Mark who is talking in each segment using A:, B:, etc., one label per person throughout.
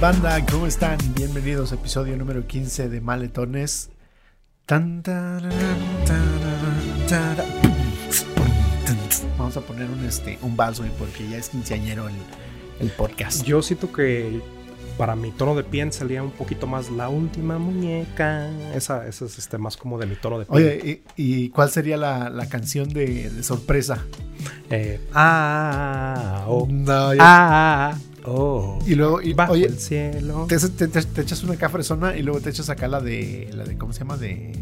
A: banda? ¿Cómo están? Bienvenidos a episodio número 15 de Maletones. Tan, tararán, tararán, tararán. Vamos a poner un, este, un vaso güey, porque ya es quinceañero el, el podcast.
B: Yo siento que para mi tono de piel salía un poquito más la última muñeca. Esa, esa es este, más como de mi tono de piel.
A: Oye, ¿y, y cuál sería la, la canción de, de sorpresa?
B: Eh, ah, oh,
A: No, ya-
B: ah, oh.
A: Y luego, y-
B: bajo
A: oye,
B: el cielo.
A: te, te- te- te echas una cafresona y luego te echas acá la de, la de ¿cómo se llama? De...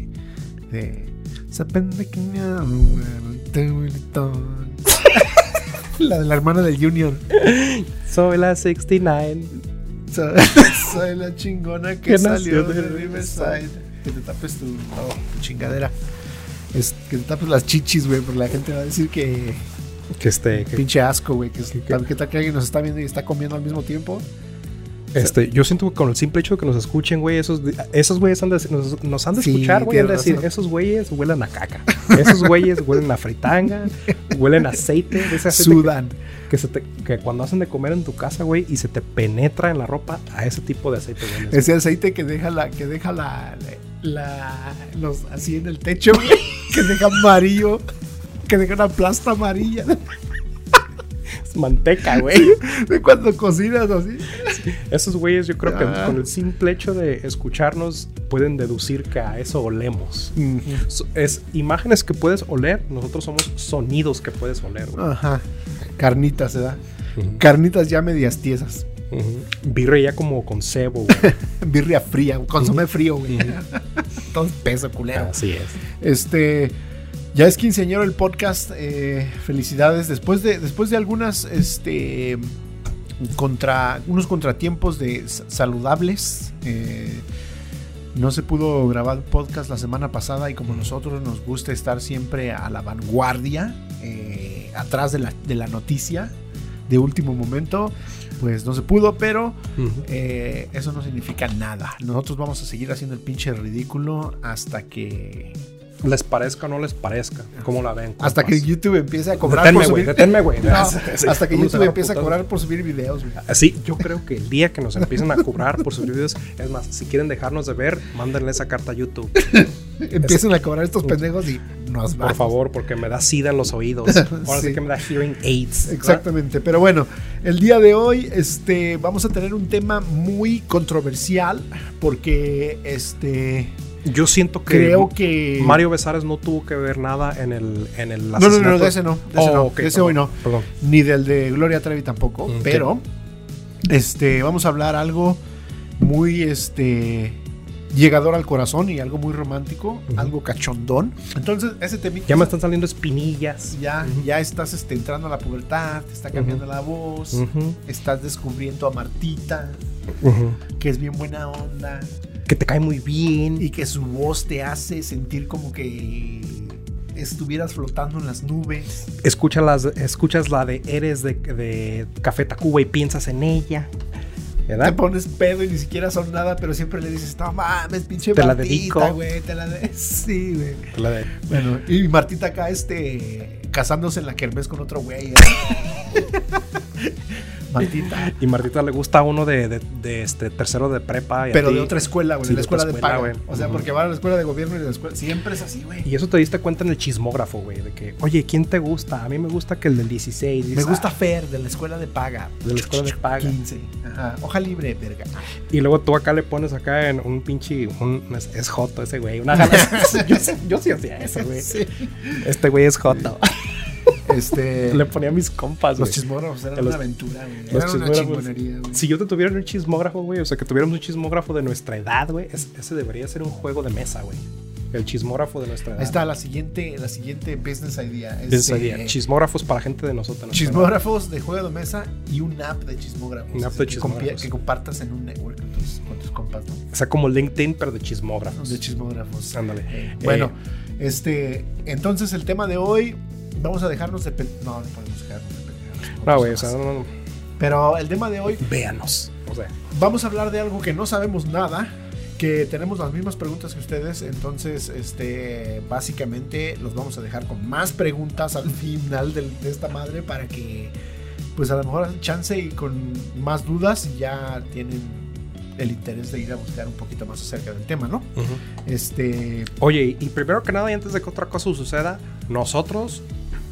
A: de esa pendequina, te vuelto. la de la hermana del Junior.
B: Soy la 69.
A: So- Soy la chingona que
B: Que
A: salió
B: nació
A: de
B: de
A: Riverside. Que te tapes tu, oh, tu chingadera. Es, que te tapes las chichis, güey, porque la gente va a decir que
B: Que este, que-
A: pinche asco, güey. Que, es-
B: que-
A: tal- que tal que alguien nos está viendo y está comiendo al mismo tiempo?
B: este, yo siento que con el simple hecho de que nos escuchen, güey, esos, de- esos güeyes han de- nos, nos han de
A: Sí,
B: escuchar, güey, han de
A: tienes
B: decir,
A: razón.
B: esos güeyes huelen a caca. Esos güeyes huelen a fritanga, huelen a aceite, de ese aceite que-
A: Sudan.
B: que, se te- que cuando hacen de comer en tu casa, güey, y se te penetra en la ropa a ese tipo de aceite, güey.
A: Ese aceite que deja la, que deja la, la- los, así en el techo, güey, que deja amarillo, que deja una plasta amarilla
B: Es manteca, güey.
A: de cuando cocinas así.
B: Esos güeyes, yo creo que
A: Ah.
B: con el simple hecho de escucharnos, pueden deducir que a eso olemos. So- Es imágenes que puedes oler, nosotros somos sonidos que puedes oler, güey.
A: Ajá. Carnitas, ¿verdad?
B: Ujú.
A: Carnitas ya medias tiesas.
B: Ujú. Birria ya como con cebo, güey.
A: Birria fría, consomé frío, güey. Todo peso culero.
B: Así es.
A: Este. Ya es quinceañero el podcast. eh, felicidades. Después de, después de algunas. Este. Contra. Unos contratiempos de s- saludables. eh, no se pudo grabar podcast la semana pasada. Y como nosotros nos gusta estar siempre a la vanguardia. eh, atrás de la, de la noticia. De último momento. Pues no se pudo. Pero.
B: Ujú.
A: Eh, eso no significa nada. Nosotros vamos a seguir haciendo el pinche ridículo hasta que.
B: Les parezca o no les parezca, ¿cómo la ven?
A: Hasta que
B: compas?
A: YouTube empiece a cobrar
B: Deténme,
A: por
B: güey,
A: subir.
B: deténme, güey.
A: No, hasta que
B: Vamos a
A: YouTube empiece
B: agarrar
A: a
B: putazos.
A: cobrar por subir videos, güey.
B: Así, yo creo que el día que nos empiecen a cobrar por sus videos, es más, si quieren dejarnos de ver, mándenle esa carta a YouTube.
A: Empiecen a cobrar estos pendejos y nos va.
B: Por favor, porque me da sida en los oídos. Ahora sí,
A: Sí.
B: que me da hearing aids. ¿verdad?
A: Exactamente. Pero bueno, el día de hoy este, vamos a tener un tema muy controversial porque este,
B: Yo siento que,
A: creo que.
B: Mario Besares no tuvo que ver nada en el, en el
A: No, no,
B: asesinato.
A: no, de ese no. De ese,
B: Oh,
A: no,
B: ok,
A: de ese
B: perdón,
A: hoy no.
B: Perdón.
A: ni del de Gloria Trevi tampoco,
B: Ok.
A: pero este vamos a hablar algo muy este llegador al corazón y algo muy romántico,
B: Ujú.
A: algo cachondón. Entonces, ese temita
B: Ya me están saliendo espinillas.
A: ya,
B: Ujú.
A: ya estás este, entrando a la pubertad, te está cambiando la voz,
B: Ujú,
A: estás descubriendo a Martita,
B: ujú.
A: que es bien buena onda
B: Que te cae muy bien.
A: y que su voz te hace sentir como que estuvieras flotando en las nubes.
B: Escuchas, escuchas la de Eres de, de Café Tacuba y piensas en ella.
A: Te
B: ¿Verdad?
A: pones pedo y ni siquiera son nada, pero siempre le dices, no mames, pinche
B: Te la
A: Martita,
B: dedico".
A: güey, te la de- Sí, güey.
B: La de
A: Bueno, y Martita acá, este, casándose en la kermés con otro güey. ¿eh? Martita.
B: Y Martita le gusta uno de, de- de, este tercero de prepa. y a
A: Pero
B: ti.
A: de otra escuela, güey,
B: Sí,
A: de la
B: de otra
A: escuela de paga.
B: escuela, güey.
A: O sea,
B: Ujú.
A: porque van a la escuela de gobierno y de la escuela. Siempre es así, güey.
B: Y eso te diste cuenta en el chismógrafo, güey. De que, oye, ¿quién te gusta? A mí me gusta que el del 16.
A: Me
B: dices,
A: gusta
B: "Ah,
A: Fer, de la escuela de paga.
B: de la escuela de paga.
A: 15. Ajá. Hoja libre, verga.
B: Y luego tú acá le pones acá en un pinche. un- es, es joto ese güey. Una jala- yo, sí- yo sí hacía eso, güey.
A: Sí.
B: Este güey es joto.
A: Este.
B: le ponía a mis compas,
A: los
B: güey.
A: chismógrafos eran
B: Los-
A: una aventura, güey.
B: los
A: Eran una
B: chismógrafos.
A: chingonería, güey.
B: Si yo te tuviera en un chismógrafo, güey, o sea, que tuviéramos un chismógrafo de nuestra edad, güey, es- ese debería ser un juego de mesa, güey. El chismógrafo de nuestra edad.
A: Ahí está la siguiente, la siguiente business idea.
B: Ese
A: Este,
B: día, Chismógrafos para gente de nosotros.
A: Chismógrafos de juego de mesa y un app de chismógrafos.
B: Un app de
A: que
B: chismógrafos.
A: compie- Que compartas en un network con tus, con tus compas, ¿no?
B: O sea, como LinkedIn, pero de chismógrafos.
A: De chismógrafos.
B: Ándale.
A: Eh, bueno, este, entonces el tema de hoy, vamos a dejarnos de... pe- No, no podemos dejarnos de pendejadas.
B: No, güey, o sea, no, no,
A: Pero el tema de pues, hoy,
B: véanos. O sea,
A: vamos a hablar de algo que no sabemos nada, que tenemos las mismas preguntas que ustedes, entonces, este, básicamente los vamos a dejar con más preguntas al final del- de esta madre para que, pues a lo mejor hacen chance y con más dudas ya tienen el interés de ir a buscar un poquito más acerca del tema, ¿no? Uh -huh. Este.
B: Oye, y primero que nada, y antes de que otra cosa suceda, nosotros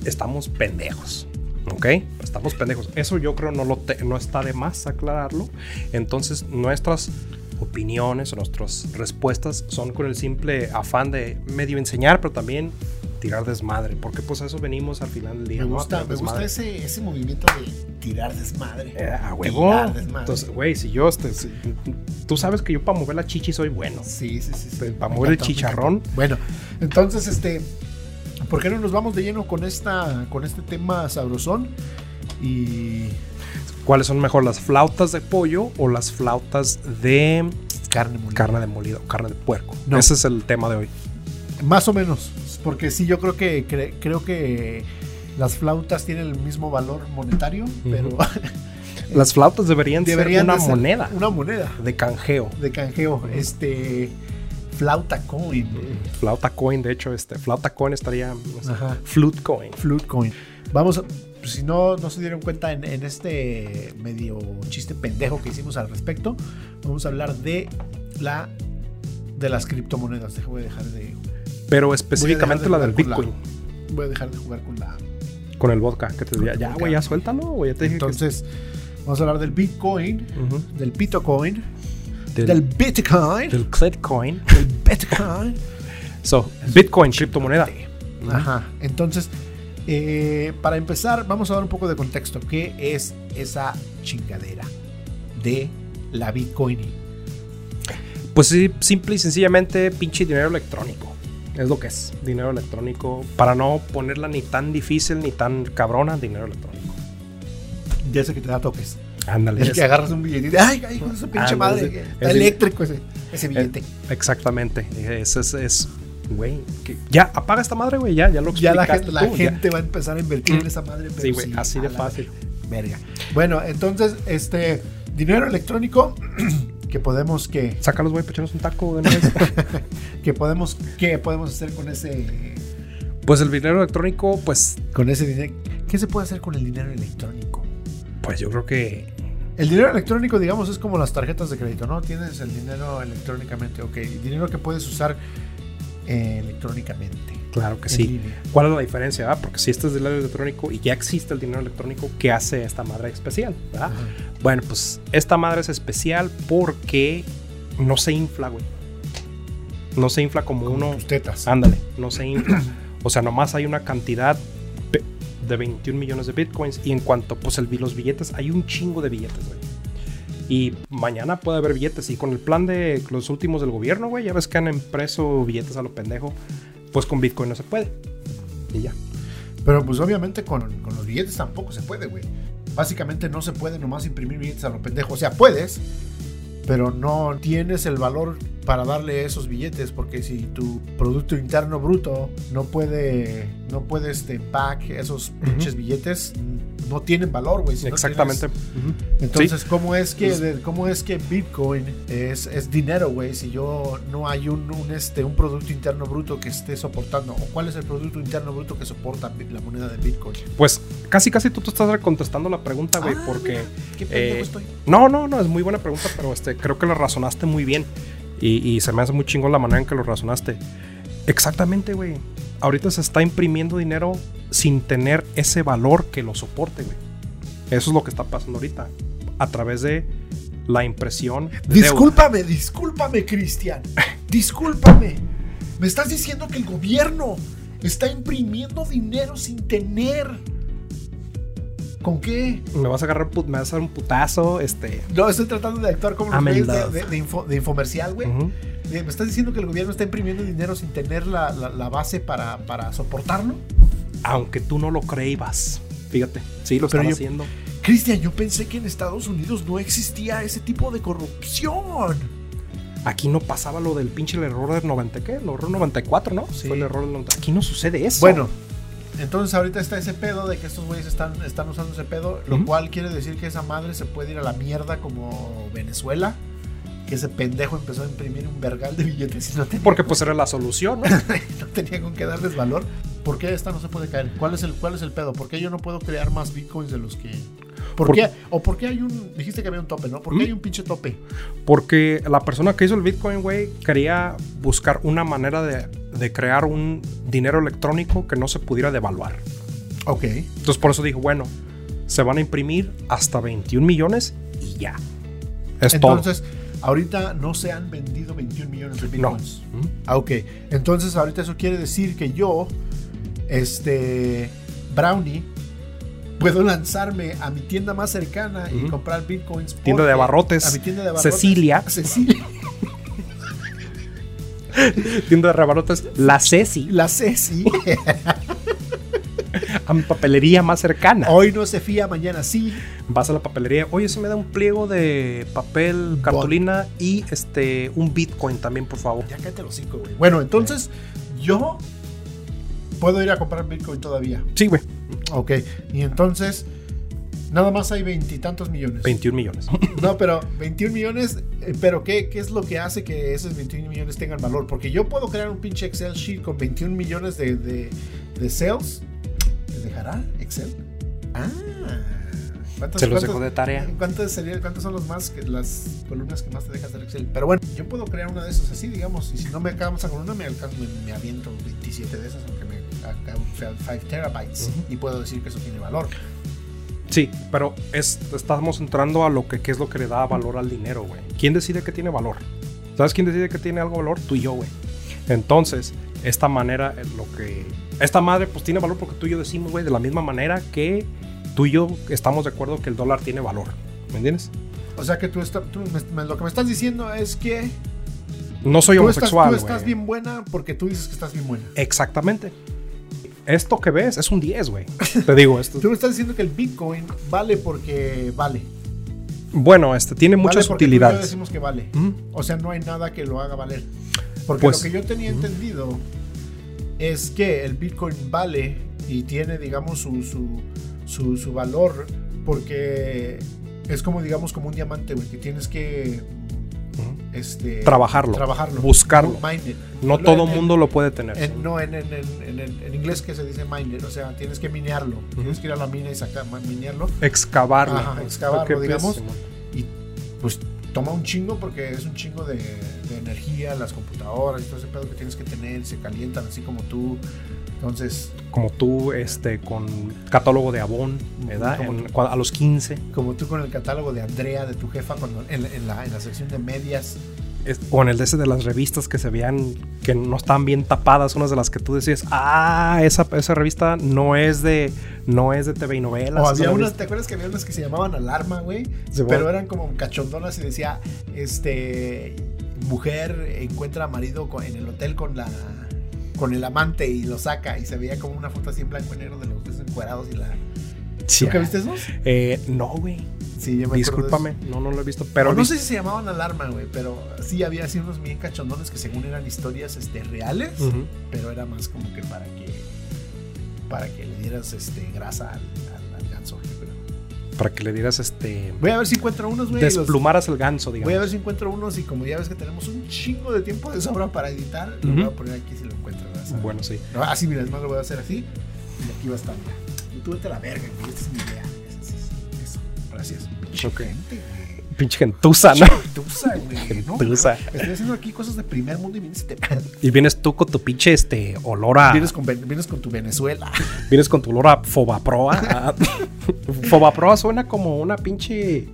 B: estamos pendejos. ¿Ok? Estamos pendejos. Eso yo creo no, lo te, no está de más aclararlo. Entonces, nuestras opiniones o nuestras respuestas son con el simple afán de medio enseñar, pero también tirar desmadre, porque pues a eso venimos al final del día.
A: Me gusta, ¿no? me gusta ese, ese, movimiento de tirar desmadre.
B: Eh, a huevo. Tirar desmadre. Entonces, güey, si yo, este, si, tú sabes que yo para mover la chichi soy bueno.
A: Sí, sí, sí.
B: sí. Para mover encanta, el chicharrón.
A: Bueno, entonces, este, ¿por qué no nos vamos de lleno con, esta, con este tema sabrosón? Y...
B: ¿Cuáles son mejor, las flautas de pollo o las flautas de...
A: Carne molida.
B: Carne de molido, carne de puerco. No. Ese es el tema de hoy.
A: Más o menos porque sí, yo creo que cre, creo que las flautas tienen el mismo valor monetario, uh -huh. pero
B: las flautas deberían, deberían ser una de ser moneda,
A: una moneda
B: de canjeo,
A: de canjeo, uh -huh. este flauta coin,
B: flauta coin, de hecho, este flauta coin estaría no sé, flute coin,
A: flute coin. Vamos a si no, no se dieron cuenta en, en este medio chiste pendejo que hicimos al respecto, vamos a hablar de la de las criptomonedas. Déjame dejar de
B: pero específicamente de la del Bitcoin.
A: La, voy a dejar de jugar con la.
B: Con el vodka, que te diría, ya, güey, ya suéltalo, güey, ya te dije.
A: Entonces, que... vamos a hablar del Bitcoin, uh -huh. del Pitocoin, del, del, Bitcoin,
B: del Clitcoin,
A: del Bitcoin.
B: so, Bitcoin, criptomoneda.
A: Uh -huh. Ajá. Entonces, eh, para empezar, vamos a dar un poco de contexto. ¿Qué es esa chingadera de la Bitcoin?
B: Pues sí, simple y sencillamente, pinche dinero electrónico es lo que es dinero electrónico. Para no ponerla ni tan difícil ni tan cabrona, dinero electrónico.
A: Ya ese que te da toques.
B: Ándale.
A: El es. que agarras un billete ay, ay, con esa
B: Ah,
A: pinche Ándale, madre. Es, está es, eléctrico ese, ese billete.
B: exactamente. Ese es. Güey, ya apaga esta madre, güey. Ya, ya lo
A: Ya la, gente, tú, la ya. gente va a empezar a invertir en esa madre.
B: Pero sí, güey, sí, así de fácil.
A: Verga. Bueno, entonces, este dinero electrónico que podemos que
B: sácalos güey echarnos un taco de nuevo
A: que podemos qué podemos hacer con ese
B: pues el dinero electrónico pues
A: con ese dinero qué se puede hacer con el dinero electrónico
B: pues yo creo que
A: el dinero electrónico digamos es como las tarjetas de crédito no tienes el dinero electrónicamente ok dinero que puedes usar eh, electrónicamente
B: Claro que sí. Línea. ¿Cuál es la diferencia? Ah, porque si este es dinero electrónico y ya existe el dinero electrónico, ¿qué hace esta madre especial? ah? ¿verdad? Bueno, pues esta madre es especial porque no se infla, güey. No se infla como, como uno.
A: Tus tetas.
B: Ándale, no se infla. o sea, nomás hay una cantidad de 21 millones de bitcoins y en cuanto pues el, los billetes, hay un chingo de billetes, güey. Y mañana puede haber billetes. Y con el plan de los últimos del gobierno, güey, ya ves que han impreso billetes a lo pendejo pues con Bitcoin no se puede. Y ya.
A: Pero pues obviamente con, con los billetes tampoco se puede, güey. Básicamente no se puede nomás imprimir billetes a lo pendejo. O sea, puedes, pero no tienes el valor para darle esos billetes porque si tu producto interno bruto no puede no puede este pack esos pinches uh -huh. billetes no tienen valor güey si
B: exactamente
A: no tienes... uh -huh. entonces sí. cómo es que pues... cómo es que Bitcoin es, es dinero güey si yo no hay un, un, este un producto interno bruto que esté soportando o cuál es el producto interno bruto que soporta la moneda de Bitcoin
B: pues casi casi tú te estás contestando la pregunta güey ah, porque mira, qué eh, estoy. no no no es muy buena pregunta pero este creo que la razonaste muy bien y, y, se me hace muy chingón la manera en que lo razonaste. Exactamente, güey. Ahorita se está imprimiendo dinero sin tener ese valor que lo soporte, güey. Eso es lo que está pasando ahorita. A través de la impresión.
A: De discúlpame, deuda. discúlpame, Cristian. Discúlpame. Me estás diciendo que el gobierno está imprimiendo dinero sin tener. ¿Con qué?
B: Me vas a agarrar, me vas a dar un putazo, este...
A: No, estoy tratando de actuar como los medios de, de, de, info, de, infomercial, güey. Uh -huh. Me estás diciendo que el gobierno está imprimiendo dinero sin tener la, la, la base para, para, soportarlo.
B: Aunque tú no lo creías. Fíjate, sí, lo están haciendo.
A: Cristian, yo pensé que en Estados Unidos no existía ese tipo de corrupción.
B: Aquí no pasaba lo del pinche el error del 90, ¿qué? El error 94, ¿no? Sí. Fue el error del 90. Aquí no sucede eso.
A: Bueno, entonces ahorita está ese pedo de que estos güeyes están, están usando ese pedo, lo uh -huh. cual quiere decir que esa madre se puede ir a la mierda como Venezuela. Que ese pendejo empezó a imprimir un vergal de billetes y no tenía
B: Porque pues era la solución, ¿no?
A: no tenía con qué darles valor. ¿Por qué esta no se puede caer? ¿Cuál es el, cuál es el pedo? ¿Por qué yo no puedo crear más bitcoins de los que ¿Por, por qué? ¿O por qué hay un. Dijiste que había un tope, ¿no? ¿Por qué ¿Mm? hay un pinche tope?
B: Porque la persona que hizo el Bitcoin, güey, quería buscar una manera de, de, crear un dinero electrónico que no se pudiera devaluar.
A: Ok.
B: Entonces por eso dijo, bueno, se van a imprimir hasta 21 millones y ya.
A: Es Entonces, todo. ahorita no se han vendido 21 millones de bitcoins. No. ¿Mm? Ah, ok. Entonces, ahorita eso quiere decir que yo, este, Brownie, puedo lanzarme a mi tienda más cercana y uh -huh. comprar bitcoins.
B: Tienda de abarrotes.
A: A mi tienda de
B: abarrotes. Cecilia.
A: Cecilia.
B: tienda de abarrotes. La Ceci.
A: La Ceci.
B: a mi papelería más cercana.
A: Hoy no se fía, mañana sí.
B: Vas a la papelería. Oye, se me da un pliego de papel, cartulina Bot. y este un bitcoin también, por favor.
A: Ya cállate los cinco, güey. Bueno, entonces eh. yo puedo ir a comprar bitcoin todavía.
B: Sí, güey.
A: Ok, y entonces nada más hay veintitantos millones.
B: 21 millones.
A: No, pero 21 millones, eh, pero ¿qué, ¿qué es lo que hace que esos 21 millones tengan valor? Porque yo puedo crear un pinche Excel sheet con 21 millones de, de, de sales. ¿Les dejará Excel? Ah.
B: ¿Cuántos, Se los dejo de tarea.
A: ¿cuántos, ¿Cuántos, son los más que, las columnas que más te dejas del Excel? Pero bueno, yo puedo crear una de esas así, digamos. Y si no me acabamos con una, me, alcanzo, me, me aviento 27 de esas, aunque me acabo 5 terabytes. Uh -huh. Y puedo decir que eso tiene valor.
B: Sí, pero es, estamos entrando a lo que qué es lo que le da valor al dinero, güey. ¿Quién decide que tiene valor? ¿Sabes quién decide que tiene algo valor? Tú y yo, güey. Entonces, esta manera, eh, lo que. Esta madre, pues tiene valor porque tú y yo decimos, güey, de la misma manera que tú y yo estamos de acuerdo que el dólar tiene valor. ¿Me entiendes?
A: O sea que tú, está, tú me, me, lo que me estás diciendo es que.
B: No soy
A: tú
B: homosexual.
A: Estás, tú wey. estás bien buena porque tú dices que estás bien buena.
B: Exactamente. Esto que ves es un 10, güey. Te digo esto.
A: tú me estás diciendo que el Bitcoin vale porque vale.
B: Bueno, este tiene vale muchas utilidades. Tú y yo
A: decimos que vale. ¿Mm? O sea, no hay nada que lo haga valer. Porque pues, lo que yo tenía ¿Mm? entendido es que el Bitcoin vale y tiene, digamos, su, su su, su, valor porque es como digamos como un diamante güey que tienes que uh -huh. este,
B: trabajarlo,
A: trabajarlo,
B: buscarlo. Mine no lo, todo en, mundo en, lo puede tener.
A: En, no, en, inglés que se dice mine it, o sea, tienes que minearlo. Uh -huh. Tienes que ir a la mina y sacar, minearlo.
B: Excavarlo.
A: Ajá, excavarlo, digamos. Pésimo. Y pues toma un chingo porque es un chingo de, de energía, las computadoras y todo ese pedo que tienes que tener, se calientan así como tú. Entonces.
B: Como tú, este, con catálogo de Avon, ¿verdad? En, tú, a los 15.
A: Como tú con el catálogo de Andrea, de tu jefa, cuando, en, en, la, en, la, sección de medias.
B: Es, o en el de ese de las revistas que se vean que no están bien tapadas, unas de las que tú decías, ah, esa, esa revista no es de no es de TV y novelas.
A: O había unas, revista. ¿te acuerdas que había unas que se llamaban Alarma, güey? Sí, Pero bueno. eran como cachondonas y decía, este, mujer encuentra a marido con, en el hotel con la con el amante y lo saca y se veía como una foto así en blanco y negro de los dos encuerados y la...
B: Sí,
A: ¿Nunca viste esos?
B: Eh, no, güey.
A: Sí, yo
B: me Discúlpame, no, no lo he visto, pero...
A: No,
B: vi...
A: sé si se llamaban alarma, güey, pero sí había así unos bien cachondones que según eran historias este, reales, uh -huh. pero era más como que para que para que le dieras este, grasa al, al, al ganso,
B: para que le dieras este.
A: Voy a ver si encuentro unos, güey.
B: Desplumaras los... el ganso, digamos.
A: Voy a ver si encuentro unos y como ya ves que tenemos un chingo de tiempo de sobra para editar, uh -huh. lo voy a poner aquí si lo encuentro. ¿verdad?
B: Bueno, sí.
A: No, así, mira, es más, lo voy a hacer así y aquí va a estar. Tú vete a la verga, güey. Esta es mi idea. Eso, es, eso. Gracias.
B: Pinche okay. gente, güey. Pinche gentuza, Ah, ¿no?
A: Gentuza, güey. ¿no?
B: Gentuza.
A: Estoy haciendo aquí cosas de primer mundo y vienes te...
B: Y vienes tú con tu pinche este olor a.
A: Vienes con, vienes con tu Venezuela.
B: Vienes con tu olor a Fobaproa. Ah. Fobaproa suena como una pinche.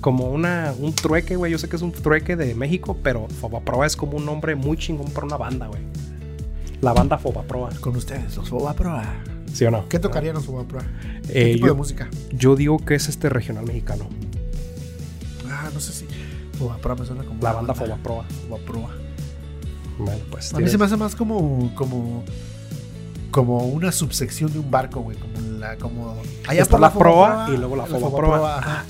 B: Como una, un trueque, güey. Yo sé que es un trueque de México, pero Fobaproa es como un nombre muy chingón para una banda, güey. La banda Fobaproa.
A: Con ustedes, los Fobaproa.
B: ¿Sí o no?
A: ¿Qué tocarían los Fobaproa? ¿Qué eh, tipo
B: yo,
A: de música?
B: Yo digo que es este regional mexicano.
A: Ah, no sé si. Fobaproa me suena como.
B: La banda, banda. Fobaproa.
A: Fobaproa.
B: Ah. Bueno, pues.
A: A mí se me hace más como. como como una subsección de un barco, güey. Como la, como.
B: Allá está la, proa, y luego la, la foba proa.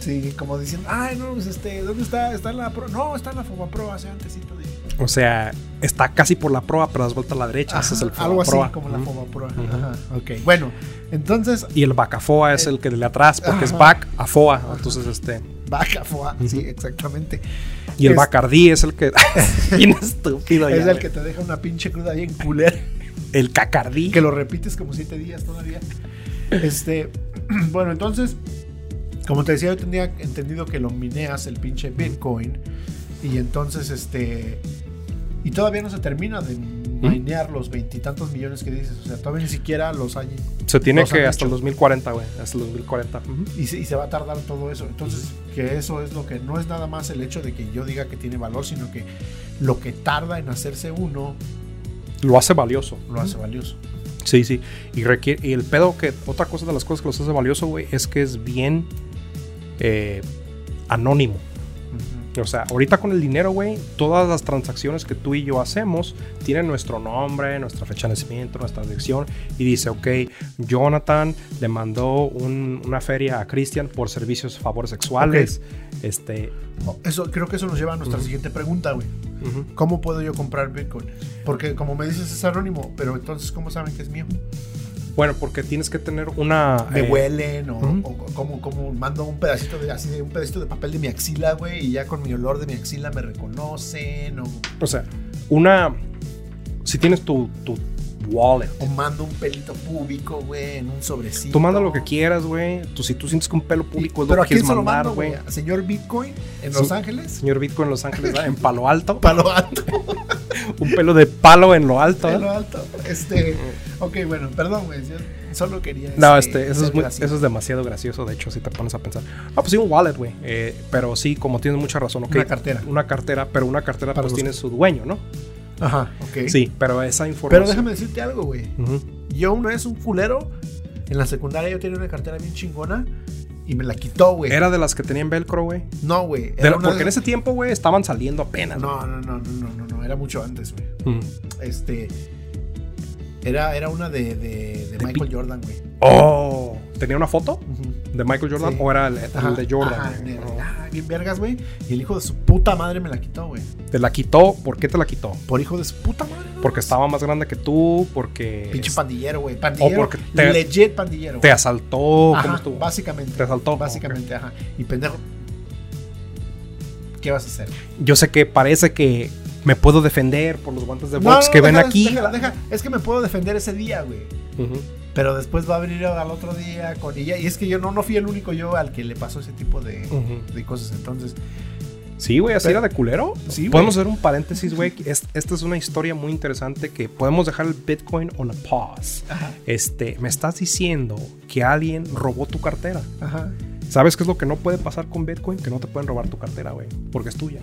A: Sí, como diciendo, ay, no, pues este, ¿dónde está? Está en la proa. No, está en la foba proa, hace antesito de.
B: O sea, está casi por la proa, pero das vuelta a la derecha. Ajá, Ah, ese es el
A: Algo así como la foba proa. Uh -huh. Ajá, ok. Bueno, entonces.
B: Y el bacafoa es eh, el que de atrás, porque ajá. es back a foa. Ajá. Entonces, este.
A: Bacafoa, uh -huh. sí, exactamente.
B: Y el es, bacardí es el que. bien estúpido,
A: Es ya, el güey. que te deja una pinche cruda bien culera
B: el cacardí.
A: Que lo repites como siete días todavía. Este, bueno, entonces, como te decía, yo tenía entendido que lo mineas el pinche Bitcoin. Y entonces, este. Y todavía no se termina de minear los veintitantos millones que dices. O sea, todavía ni siquiera los hay.
B: Se tiene que hasta el 2040, güey. Hasta el 2040. Ujú.
A: Y se, y se va a tardar todo eso. Entonces, que eso es lo que no es nada más el hecho de que yo diga que tiene valor, sino que lo que tarda en hacerse uno
B: Lo hace valioso.
A: lo hace valioso.
B: Sí, sí. Y, requiere, y el pedo que otra cosa de las cosas que los hace valioso, güey, es que es bien eh, anónimo.
A: Ujú.
B: O sea, ahorita con el dinero, güey, todas las transacciones que tú y yo hacemos tienen nuestro nombre, nuestra fecha de nacimiento, nuestra dirección. Y dice, ok, Jonathan le mandó un- una feria a Christian por servicios, favores sexuales. Este.
A: Oh, Eso, creo que eso nos lleva a nuestra
B: Ujú.
A: siguiente pregunta, güey.
B: ujú.
A: ¿Cómo puedo yo comprar Bitcoin? Porque como me dices es anónimo, pero entonces ¿cómo saben que es mío?
B: Bueno, porque tienes que tener una.
A: ¿Me
B: eh,
A: huelen o,
B: ujú.
A: o como, como mando un pedacito de así de un pedacito de papel de mi axila, güey, y ya con mi olor de mi axila me reconocen o,
B: O sea, una. Si tienes tu, tu wallet.
A: o mando un pelito público, güey, en un sobrecito?
B: Tú manda lo que quieras, güey. Tú, si tú sientes que un pelo público es lo
A: ¿Pero a
B: que
A: quién
B: quieres
A: se lo
B: mandar,
A: mando,
B: güey.
A: güey? ¿A ¿Señor Bitcoin en
B: Sí.
A: Los Ángeles?
B: Señor Bitcoin en Los Ángeles, ¿verdad? en Palo Alto.
A: Palo alto,
B: Un pelo de palo en lo alto. ¿eh?
A: palo alto. Este, ok, bueno, perdón, güey, yo solo quería...
B: No, este, eso es, muy-
A: gracioso.
B: eso es demasiado gracioso, de hecho, si te pones a pensar. Ah, pues sí, un wallet, güey. Eh, pero sí, como tienes mucha razón, ok.
A: Una cartera.
B: Una cartera, pero una cartera
A: Para
B: pues
A: los-
B: tiene su dueño, ¿no?
A: Ajá, ok.
B: Sí, pero esa información...
A: Pero déjame decirte algo, güey.
B: Ujú.
A: Yo una vez un culero en la secundaria yo tenía una cartera bien chingona y me la quitó, güey.
B: Era de las que tenían velcro, güey.
A: No, güey.
B: De
A: era
B: la-
A: una
B: Porque en
A: de-
B: ese tiempo, güey, estaban saliendo apenas.
A: No, no, no, no, no, no, no, era mucho antes, güey.
B: Mm.
A: Este era, era una de, de, de
B: De
A: Michael
B: pi-
A: Jordan, güey.
B: Oh, ¿tenía una foto
A: Ujú.
B: de Michael Jordan
A: Sí.
B: o era el, el
A: Ajá,
B: de Jordan?
A: ajá,
B: güey?
A: ne-
B: Oh.
A: ah, bien vergas, güey. Y el hijo de su puta madre me la quitó, güey.
B: ¿Te la quitó? ¿Por qué te la quitó?
A: Por hijo de su puta madre. güey.
B: Porque estaba más grande que tú, porque
A: Pinche
B: es-
A: pandillero, güey. Pandillero.
B: porque te-
A: legit pandillero.
B: te
A: güey.
B: asaltó. ¿cómo
A: Ajá,
B: estuvo?
A: básicamente.
B: Te asaltó.
A: Básicamente, ajá. Y pendejo. ¿Qué vas a hacer?
B: Yo sé que parece que me puedo defender por los guantes de
A: No,
B: box
A: no,
B: que
A: no,
B: ven
A: déjala,
B: aquí.
A: déjala, deja. Es que me puedo defender ese día, güey.
B: Ujú.
A: Pero después va a venir al otro día con ella. Y es que yo no, no fui el único yo al que le pasó ese tipo de,
B: Ujú.
A: de cosas. Entonces,
B: Sí, güey, así
A: Pero-
B: era de culero.
A: Sí, güey.
B: podemos hacer un paréntesis, güey. que es- esta es una historia muy interesante que podemos dejar el Bitcoin on a pause.
A: ajá,
B: Este, me estás diciendo que alguien robó tu cartera.
A: ajá,
B: ¿Sabes qué es lo que no puede pasar con Bitcoin? Que no te pueden robar tu cartera, güey, porque es tuya.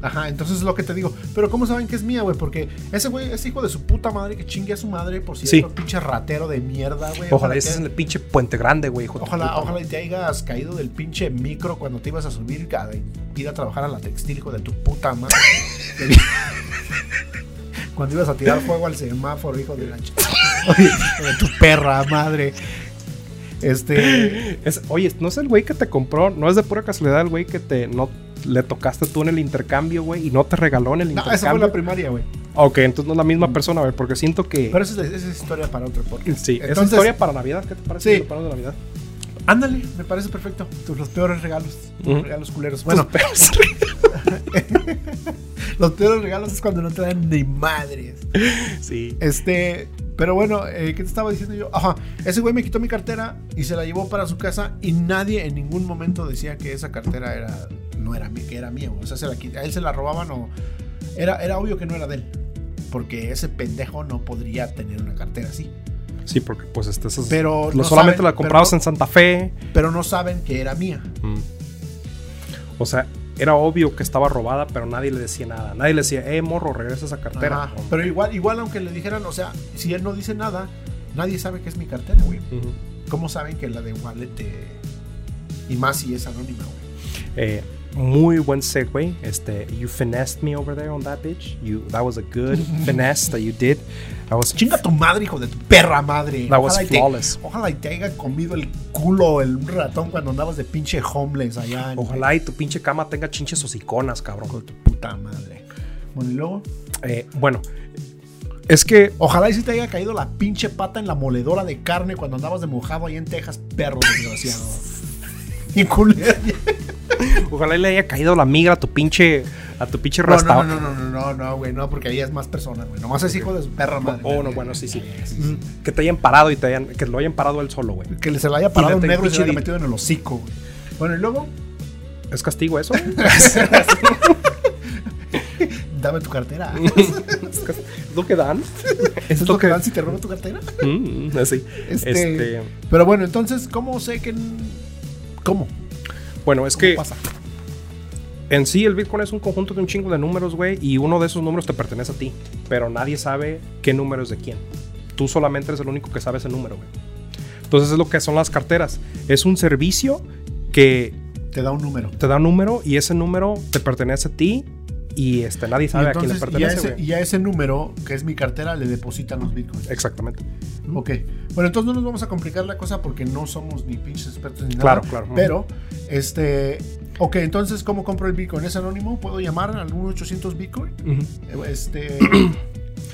A: ajá. Entonces es lo que te digo. Pero ¿cómo saben que es mía, güey? Porque ese güey es hijo de su puta madre que chingue a su madre por si
B: Sí.
A: es un pinche ratero de mierda, güey.
B: Ojalá
A: que-
B: ese es en el pinche puente grande, güey. hijo de
A: Ojalá,
B: puta.
A: ojalá y te hayas caído del pinche micro cuando te ibas a subir a ir a trabajar a la textil, hijo de tu puta madre. cuando ibas a tirar fuego al semáforo, hijo de la ch- Oye, hijo de tu perra madre. Este.
B: Es- oye, no es el güey que te compró, no es de pura casualidad el güey que te no le tocaste tú en el intercambio, güey, y no te regaló en el
A: No, esa fue
B: intercambio.
A: la primaria, güey.
B: ok, entonces no es la misma persona, güey, porque siento que
A: Pero esa es, esa es historia para otro podcast.
B: sí, es
A: entonces-
B: historia para Navidad, ¿qué te parece?
A: Sí.
B: Lo paramos de Navidad.
A: Ándale, me parece perfecto. Tus- Los peores regalos. tus
B: Ujú.
A: Regalos culeros. Bueno,
B: Pero-
A: los peores regalos es cuando no te dan ni madres.
B: sí.
A: Este, pero bueno, eh, ¿qué te estaba diciendo yo? Ajá, ese güey me quitó mi cartera y se la llevó para su casa y nadie en ningún momento decía que esa cartera era, no era mía, que era mía. güey. O sea, se la, qui- a él se la robaban o... Era, era obvio que no era de él. Porque ese pendejo no podría tener una cartera así.
B: Sí, porque pues este eso es-
A: Pero
B: lo
A: no
B: solamente
A: saben,
B: la comprabas
A: pero
B: en Santa Fe.
A: no- pero no saben que era mía.
B: Mm. O sea, era obvio que estaba robada, pero nadie le decía nada. Nadie le decía, "Eh, morro, regresa esa cartera."
A: Ajá, Pero igual, igual aunque le dijeran, o sea, si él no dice nada, nadie sabe que es mi cartera, güey.
B: Ujú.
A: ¿Cómo saben que la de Wallet eh, y más si es anónima, güey?
B: Eh, muy buen segue. Este, you finessed me over there on that bitch. You, that was a good finesse that you did. That was
A: Chinga tu madre, hijo de tu perra madre.
B: That was
A: y te-
B: flawless.
A: ojalá y te haya comido el culo el ratón cuando andabas de pinche homeless allá. en-
B: Ojalá y tu pinche cama tenga chinches hociconas,
A: Hijo
B: cabrón.
A: de tu puta madre. Bueno, y luego,
B: Eh, bueno, es que
A: ojalá y si te haya caído la pinche pata en la moledora de carne cuando andabas de mojado allá en Texas, perro desgraciado. y culero.
B: ojalá y le haya caído la migra a tu pinche a tu pinche
A: No, no,
B: rasta.
A: no, no, no, no, no, güey, no, porque ahí es más personas, güey. Nomás es hijo de su perra madre.
B: Oh, no, bueno, sí, sí. Mm, Que te hayan parado y te hayan, que lo hayan parado él solo, güey.
A: Que se le haya parado
B: Y le
A: un
B: tengo
A: negro y se le haya
B: pinche
A: metido en el hocico, güey. Bueno, y luego,
B: ¿Es castigo eso?
A: dame tu cartera.
B: ¿Es cas- lo que dan?
A: ¿Es lo que dan si te robo tu cartera?
B: Mm, así.
A: Este,
B: Este,
A: Pero bueno, entonces, ¿cómo sé que.? n- ¿Cómo?
B: Bueno, es
A: ¿Cómo
B: que
A: pasa?
B: en sí el Bitcoin es un conjunto de un chingo de números, güey, y uno de esos números te pertenece a ti, pero nadie sabe qué número es de quién. Tú solamente eres el único que sabe ese número, güey. Entonces es lo que son las carteras. Es un servicio que
A: Te da un número.
B: te da un número y ese número te pertenece a ti y este, nadie
A: Y
B: sabe a quién le
A: entonces, y a,
B: pertenece,
A: ese,
B: güey.
A: y a ese número, que es mi cartera, le depositan los bitcoins.
B: Exactamente.
A: Ok. Bueno, entonces no nos vamos a complicar la cosa porque no somos ni pinches expertos ni
B: Claro,
A: nada.
B: claro.
A: Pero, este. Ok, entonces, ¿cómo compro el bitcoin? ¿Es anónimo? ¿Puedo llamar al 1800 bitcoin?
B: Ujú.
A: Eh,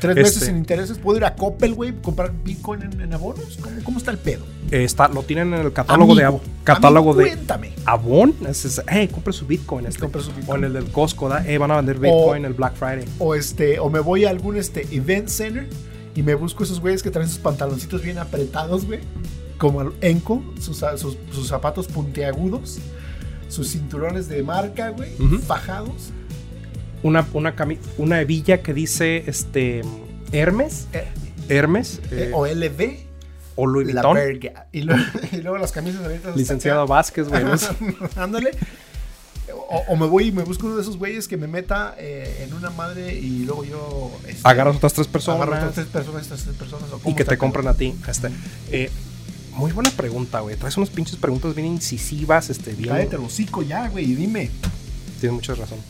A: Este. Tres meses
B: Este.
A: sin intereses. ¿Puedo ir a Coppel, güey, comprar Bitcoin en, en abonos? ¿Cómo, cómo está el pedo?
B: Eh, está, lo tienen en el catálogo de
A: Amigo,
B: Avon. Catálogo
A: amigo,
B: de
A: Cuéntame.
B: Avon. Es, es, hey, compre su Bitcoin. Este.
A: Compra su
B: O en
A: Bitcoin.
B: el del Costco, ¿da? Eh, van a vender Bitcoin el Black Friday.
A: O este, o me voy a algún este event center y me busco esos güeyes que traen sus pantaloncitos bien apretados, güey. Como el Enco, sus, sus, sus zapatos puntiagudos, sus cinturones de marca, güey,
B: Ujú.
A: fajados.
B: Una, una, cami- una hebilla que dice este Hermes.
A: eh,
B: Hermes.
A: eh,
B: eh,
A: o LV,
B: o Louis
A: la
B: Vuitton.
A: verga. Y luego, y luego las camisas abiertas. hasta
B: Licenciado
A: acá.
B: Vázquez, güey. no sé.
A: Ándale. O, o me voy y me busco uno de esos güeyes que me meta eh, en una madre y luego yo. este,
B: Agarras otras tres personas.
A: agarro otras tres personas, estas tres personas. o
B: y
A: cómo
B: que
A: está
B: te
A: el pedo.
B: compran a ti. Este, eh, muy buena pregunta, güey. Traes unas pinches preguntas bien incisivas, este, bien.
A: Cállate el hocico ya, güey, y dime.
B: Tienes mucha razón.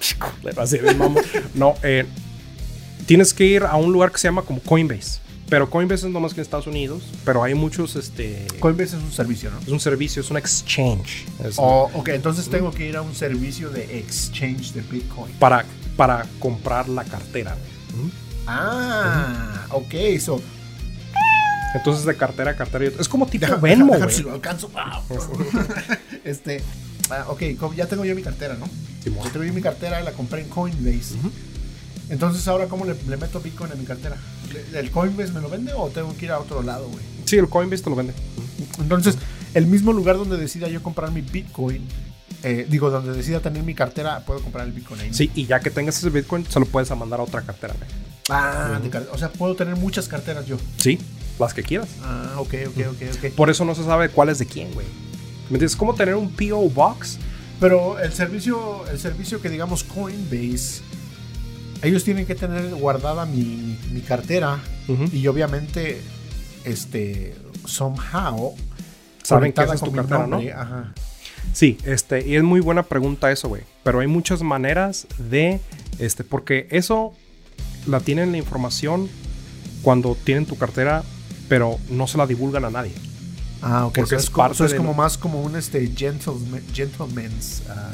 B: Chico, le va a ser bien mamón. No, eh, tienes que ir a un lugar que se llama como Coinbase. Pero Coinbase es nomás que en Estados Unidos. Pero hay muchos, este.
A: Coinbase es un servicio, ¿no?
B: es un servicio, es un exchange. Es-
A: O, ok, entonces tengo que ir a un servicio de exchange de Bitcoin.
B: para, para comprar la cartera. ¿Mm? güey.
A: Ah, ok, eso.
B: Entonces, de cartera a cartera. y- Es como tipo Venmo, güey.
A: si lo alcanzo. Ah, este, ah, ok, co- ya tengo yo mi cartera, ¿no?
B: Simón.
A: Ya tengo yo mi cartera, la compré en Coinbase.
B: Ujú.
A: Entonces, ¿ahora cómo le, le meto Bitcoin a mi cartera? ¿Le- ¿El Coinbase me lo vende o tengo que ir a otro lado, güey?
B: Sí, el Coinbase te lo vende.
A: Entonces, el mismo lugar donde decida yo comprar mi Bitcoin, eh, digo, donde decida tener mi cartera, puedo comprar el Bitcoin ahí.
B: Sí, y ya que tengas ese Bitcoin, se lo puedes mandar a otra cartera. güey.
A: Ah, de car- o sea, puedo tener muchas carteras yo.
B: Sí, las que quieras.
A: Ah, ok, ok, ok, ok.
B: Por eso no se sabe cuál es de quién, güey. ¿Me entiendes? Es como tener un P.O. Box.
A: Pero el servicio, el servicio que digamos Coinbase, ellos tienen que tener guardada mi, mi- mi cartera
B: Ujú.
A: y obviamente, este, somehow,
B: Saben que
A: conectada
B: esa es tu
A: con mi
B: cartera, ¿no?
A: nombre, Ajá.
B: Sí, este, y es muy buena pregunta eso, güey. Pero hay muchas maneras de, este, porque eso la tienen la información cuando tienen tu cartera, pero no se la divulgan a nadie.
A: Ah, ok.
B: Porque
A: Porque
B: es
A: es, como,
B: parte
A: eso es
B: de
A: como
B: lo-
A: más como un este gentleman, gentleman's. ah,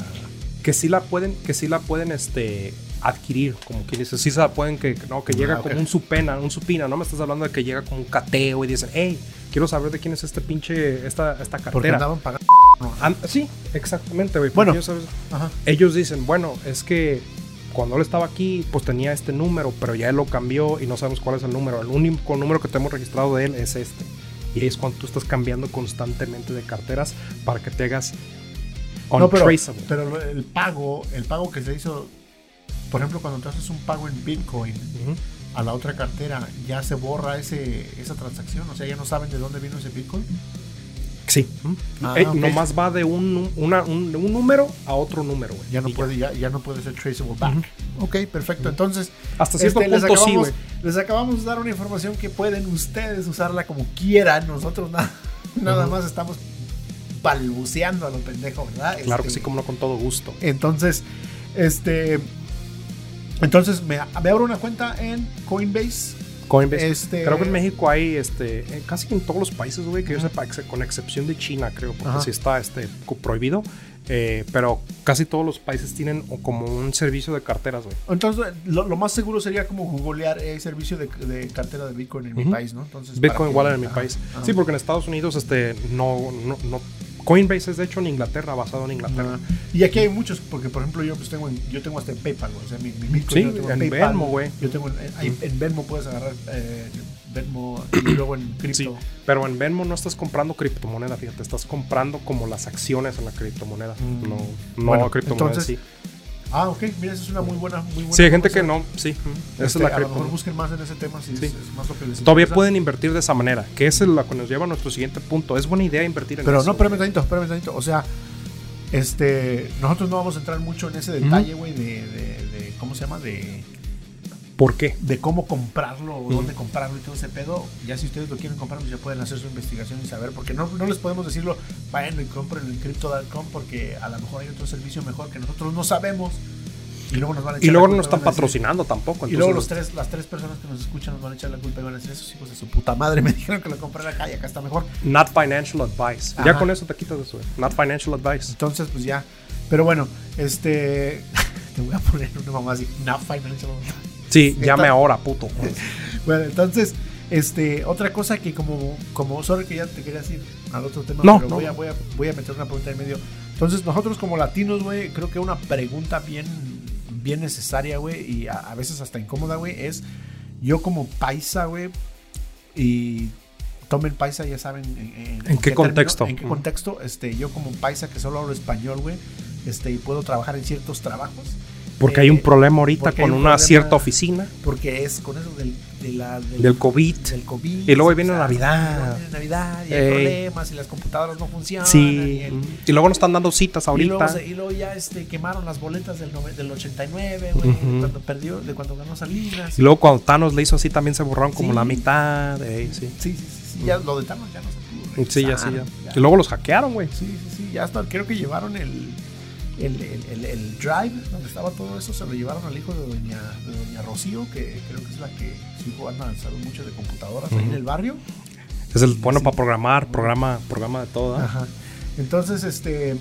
B: Que sí la pueden, que sí la pueden, este, adquirir, como quien dice, sí se la pueden que, que no, que llega
A: Ah, ok.
B: como un supena, un supina, no me estás hablando de que llega como un cateo y dicen, hey, quiero saber de quién es este pinche, esta, esta
A: porque
B: cartera.
A: andaban pagando.
B: An- sí, exactamente, güey. porque
A: Bueno.
B: ellos saben-
A: Ajá.
B: ellos dicen, bueno, es que cuando él estaba aquí, pues tenía este número, pero ya él lo cambió y no sabemos cuál es el número. El único número que tenemos registrado de él es este. Y ahí es cuando tú estás cambiando constantemente de carteras para que te hagas
A: No, pero,
B: untraceable.
A: pero lo- el pago, el pago que se hizo, por ejemplo, cuando tú haces un pago en Bitcoin
B: Ujú.
A: a la otra cartera, ya se borra ese, esa transacción, o sea, ya no saben de dónde vino ese Bitcoin.
B: Sí.
A: Ah,
B: Eh,
A: ok.
B: Nomás va de un, nu- una- un- de un número a otro número, güey.
A: Ya no
B: Y
A: puede, ya, ya no puede ser traceable back. Ok, perfecto. Entonces,
B: Hasta cierto
A: este, les,
B: punto sí,
A: acabamos,
B: güey.
A: les acabamos de dar una información que pueden ustedes usarla como quieran. Nosotros nada, nada
B: Ujú.
A: más estamos balbuceando a los pendejos, ¿verdad?
B: Claro que
A: Este,
B: sí, como no, con todo gusto.
A: Entonces, este. Entonces me, me abro una cuenta en Coinbase.
B: Coinbase.
A: Este-
B: Creo que en México hay, este, eh, casi que en todos los países, güey, que yo sepa, ex- con excepción de China, creo, porque
A: Ajá.
B: sí está este, co- prohibido. eh, pero casi todos los países tienen o como un servicio de carteras, güey.
A: Entonces, lo, lo más seguro sería como googlear el servicio de, de cartera de Bitcoin en mi
B: Ujú.
A: país, ¿no? Entonces, para
B: Bitcoin
A: que-
B: Wallet en mi
A: ajá,
B: país.
A: ajá.
B: Sí, porque en Estados Unidos este, no, no, no- Coinbase es de hecho en Inglaterra, basado en Inglaterra.
A: Ah, Y aquí hay muchos, porque por ejemplo yo pues tengo en- yo tengo hasta en PayPal, güey. O sea, mi, mi Bitcoin
B: Sí,
A: yo lo tengo
B: en
A: PayPal.
B: Venmo, güey.
A: Yo tengo en, ahí en Venmo puedes agarrar eh, Venmo y luego en cripto.
B: Sí, pero en Venmo no estás comprando criptomoneda, fíjate, estás comprando como las acciones en la criptomoneda,
A: Mm.
B: no, no
A: Bueno,
B: criptomoneda en
A: entonces,
B: sí.
A: Ah, ok, mira, esa es una muy buena, muy buena.
B: Sí, hay gente
A: cosa.
B: que no, sí, ujú,
A: Este,
B: esa es la
A: a lo mejor
B: criptomoneda.
A: busquen más en ese tema si es-
B: Sí.
A: es, más lo que les
B: Todavía
A: interesa.
B: pueden invertir de esa manera, que esa es la que nos lleva a nuestro siguiente punto. Es buena idea invertir en
A: Pero
B: eso,
A: no, espérame
B: güey.
A: tantito, espérame tantito. O sea, este, nosotros no vamos a entrar mucho en ese detalle, güey, de, de- de- ¿Cómo se llama? De,
B: ¿Por qué?
A: de cómo comprarlo o
B: Ujú.
A: dónde comprarlo y todo ese pedo. Ya si ustedes lo quieren comprar, pues ya pueden hacer su investigación y saber. Porque no, no les podemos decirlo, vayan y compren en crypto.com porque a lo mejor hay otro servicio mejor que nosotros no sabemos. Y luego nos van a echar
B: Y luego
A: la
B: no nos
A: culpa
B: están
A: van a decir-
B: patrocinando tampoco.
A: Y luego los
B: entonces-
A: tres, las tres personas que nos escuchan nos van a echar la culpa y van a decir, esos hijos de su puta madre me dijeron que lo comprara acá y acá está mejor.
B: Not financial advice.
A: Ajá.
B: Ya con eso te quitas de eso. eh. Not financial advice.
A: Entonces, pues ya. Pero bueno, este. Te voy a poner una mamá así. Not financial.
B: Sí,
A: Esta-
B: llame ahora, puto.
A: Bueno, entonces, este. Otra cosa que como. Como. Sorry que ya te quería decir al otro tema.
B: No,
A: pero
B: no.
A: Voy, a, voy, a, voy a meter una pregunta en medio. Entonces, nosotros como latinos, güey, creo que una pregunta bien. Bien necesaria, güey. Y a, a veces hasta incómoda, güey. Es. Yo como paisa, güey. Y. Tomen paisa, ya saben. ¿En,
B: ¿En qué contexto?
A: En qué
B: Mm.
A: contexto. Este, yo como paisa que solo hablo español, güey. Este, y puedo trabajar en ciertos trabajos.
B: Porque
A: Eh,
B: hay un problema ahorita
A: porque hay
B: con
A: un
B: una
A: problema-
B: cierta oficina
A: Porque es con eso del, de la- del,
B: del COVID.
A: del COVID.
B: Y luego viene
A: o sea,
B: Navidad.
A: luego viene Navidad y
B: Ey.
A: hay problemas y las computadoras no funcionan.
B: Sí.
A: Y, el-
B: Y luego no están dando citas
A: y
B: ahorita.
A: luego, se- y luego ya este, quemaron las boletas del, nove- del 89, güey,
B: Ujú.
A: de cuando perdió, de cuando ganó Salinas.
B: Y luego cuando Thanos le hizo así también se borraron como
A: Sí.
B: la mitad. eh, sí.
A: sí, sí, sí, sí, ya lo de Thanos ya no se pudo
B: Sí, ya, sí,
A: regresar,
B: ya.
A: ya.
B: Y luego los hackearon, güey.
A: Sí, sí, sí, ya hasta creo que llevaron el, el, el- el- el drive donde estaba todo eso, se lo llevaron al hijo de doña, de doña Rocío, que creo que es la que su hijo anda sabe mucho de computadoras ahí
B: Ujú.
A: en el barrio.
B: Es el bueno para programar, programa, programa de todo. ¿eh?
A: Ajá. Entonces, este.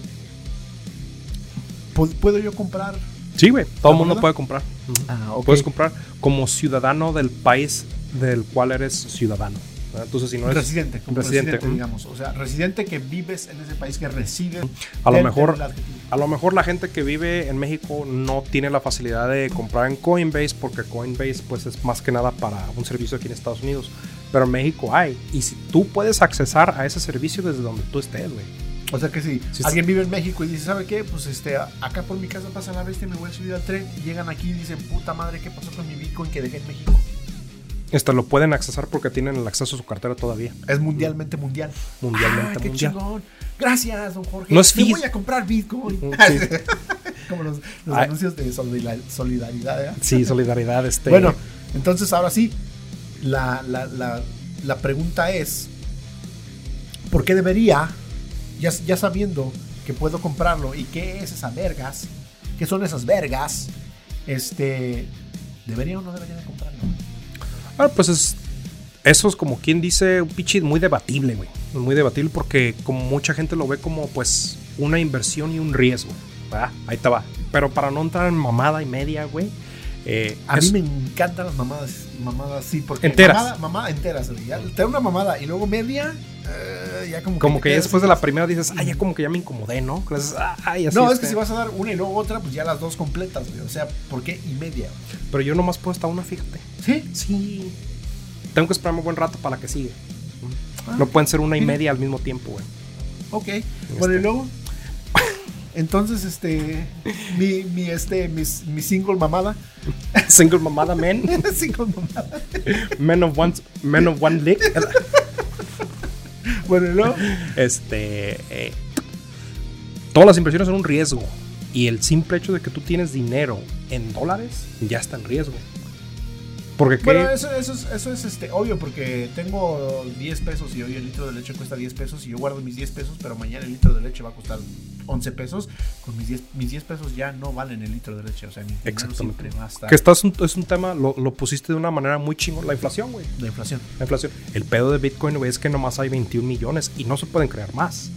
A: ¿pu- ¿Puedo yo comprar?
B: Sí, güey. Todo el
A: ¿La
B: mundo
A: moneda?
B: puede comprar. Ujú.
A: Ah,
B: Puedes comprar como ciudadano del país del cual eres ciudadano. ¿verdad? Entonces, si no eres
A: residente, como
B: residente,
A: residente,
B: ¿mm?
A: digamos. O sea, residente que vives en ese país, que resides.
B: A lo
A: del-
B: mejor-
A: del adjetivo.
B: A lo mejor la gente que vive en México no tiene la facilidad de comprar en Coinbase porque Coinbase pues es más que nada para un servicio aquí en Estados Unidos. Pero en México hay. Y si tú puedes accesar a ese servicio desde donde tú estés, güey.
A: O sea que si
B: Sí,
A: alguien vive en México y dice, ¿sabe qué? Pues este, a- acá por mi casa pasa la bestia, me voy a subir al tren. Y llegan aquí y dicen, puta madre, ¿qué pasó con mi Bitcoin que dejé en México?
B: Este lo pueden accesar porque tienen el acceso a su cartera todavía.
A: Es mundialmente mundial.
B: Mundialmente
A: Ah, qué
B: mundial.
A: chingón. Gracias, don Jorge.
B: No es
A: Me
B: fis- Mm,
A: voy a comprar Bitcoin.
B: Sí,
A: Como los, los
B: Ay.
A: anuncios de solidar- solidaridad. ¿eh?
B: sí, solidaridad. Este,
A: Bueno, entonces ahora sí, la, la- la- la pregunta es, ¿por qué debería, ya, ya sabiendo que puedo comprarlo y qué es esas vergas, qué son esas vergas, este, ¿debería o no debería de comprarlo?
B: Ah, pues es. Eso es como quien dice un pitch muy debatible, güey. Muy debatible porque como mucha gente lo ve como pues una inversión y un riesgo. ¿verdad? Ahí te va. Pero para no entrar en mamada y media, güey. eh,
A: A
B: es-
A: mí me encantan las mamadas, mamadas sí, porque
B: Enteras.
A: mamada, mamada enteras, güey, ya, te da una mamada y luego media, eh, ya como
B: Como
A: te
B: que ya
A: quedas-
B: después de la primera dices, ay, ya como que ya me incomodé, ¿no? Entonces, ay, así
A: Mm. No, es
B: este.
A: que si vas a dar una y luego otra, pues ya las dos completas, güey, o sea, ¿por qué y media?
B: Pero yo nomás puedo estar una, fíjate.
A: Sí,
B: Sí. Tengo que esperarme un buen rato para la que sigue.
A: Ah.
B: No pueden ser una y media al mismo tiempo, güey.
A: Ok, bueno,
B: Este.
A: y luego. Entonces, este. Mi, mi, este, mis- mi, single mamada.
B: Single mamada men.
A: single mamada.
B: Men of one, men of one lick.
A: Bueno, y luego.
B: Este. eh, todas las inversiones son un riesgo. Y el simple hecho de que tú tienes dinero en dólares ya está en riesgo. Porque qué?
A: Bueno, eso, eso es, eso es este, obvio, porque tengo 10 pesos y hoy el litro de leche cuesta 10 pesos y yo guardo mis 10 pesos, pero mañana el litro de leche va a costar 11 pesos. Con mis 10, mis 10 pesos ya no valen el litro de leche, o sea, mi dinero
B: Exactamente.
A: siempre va a estar.
B: que estás un- es un tema, lo, lo pusiste de una manera muy chingón. La inflación, güey.
A: La inflación.
B: La inflación. El pedo de Bitcoin güey, es que nomás hay 21 millones y no se pueden crear más.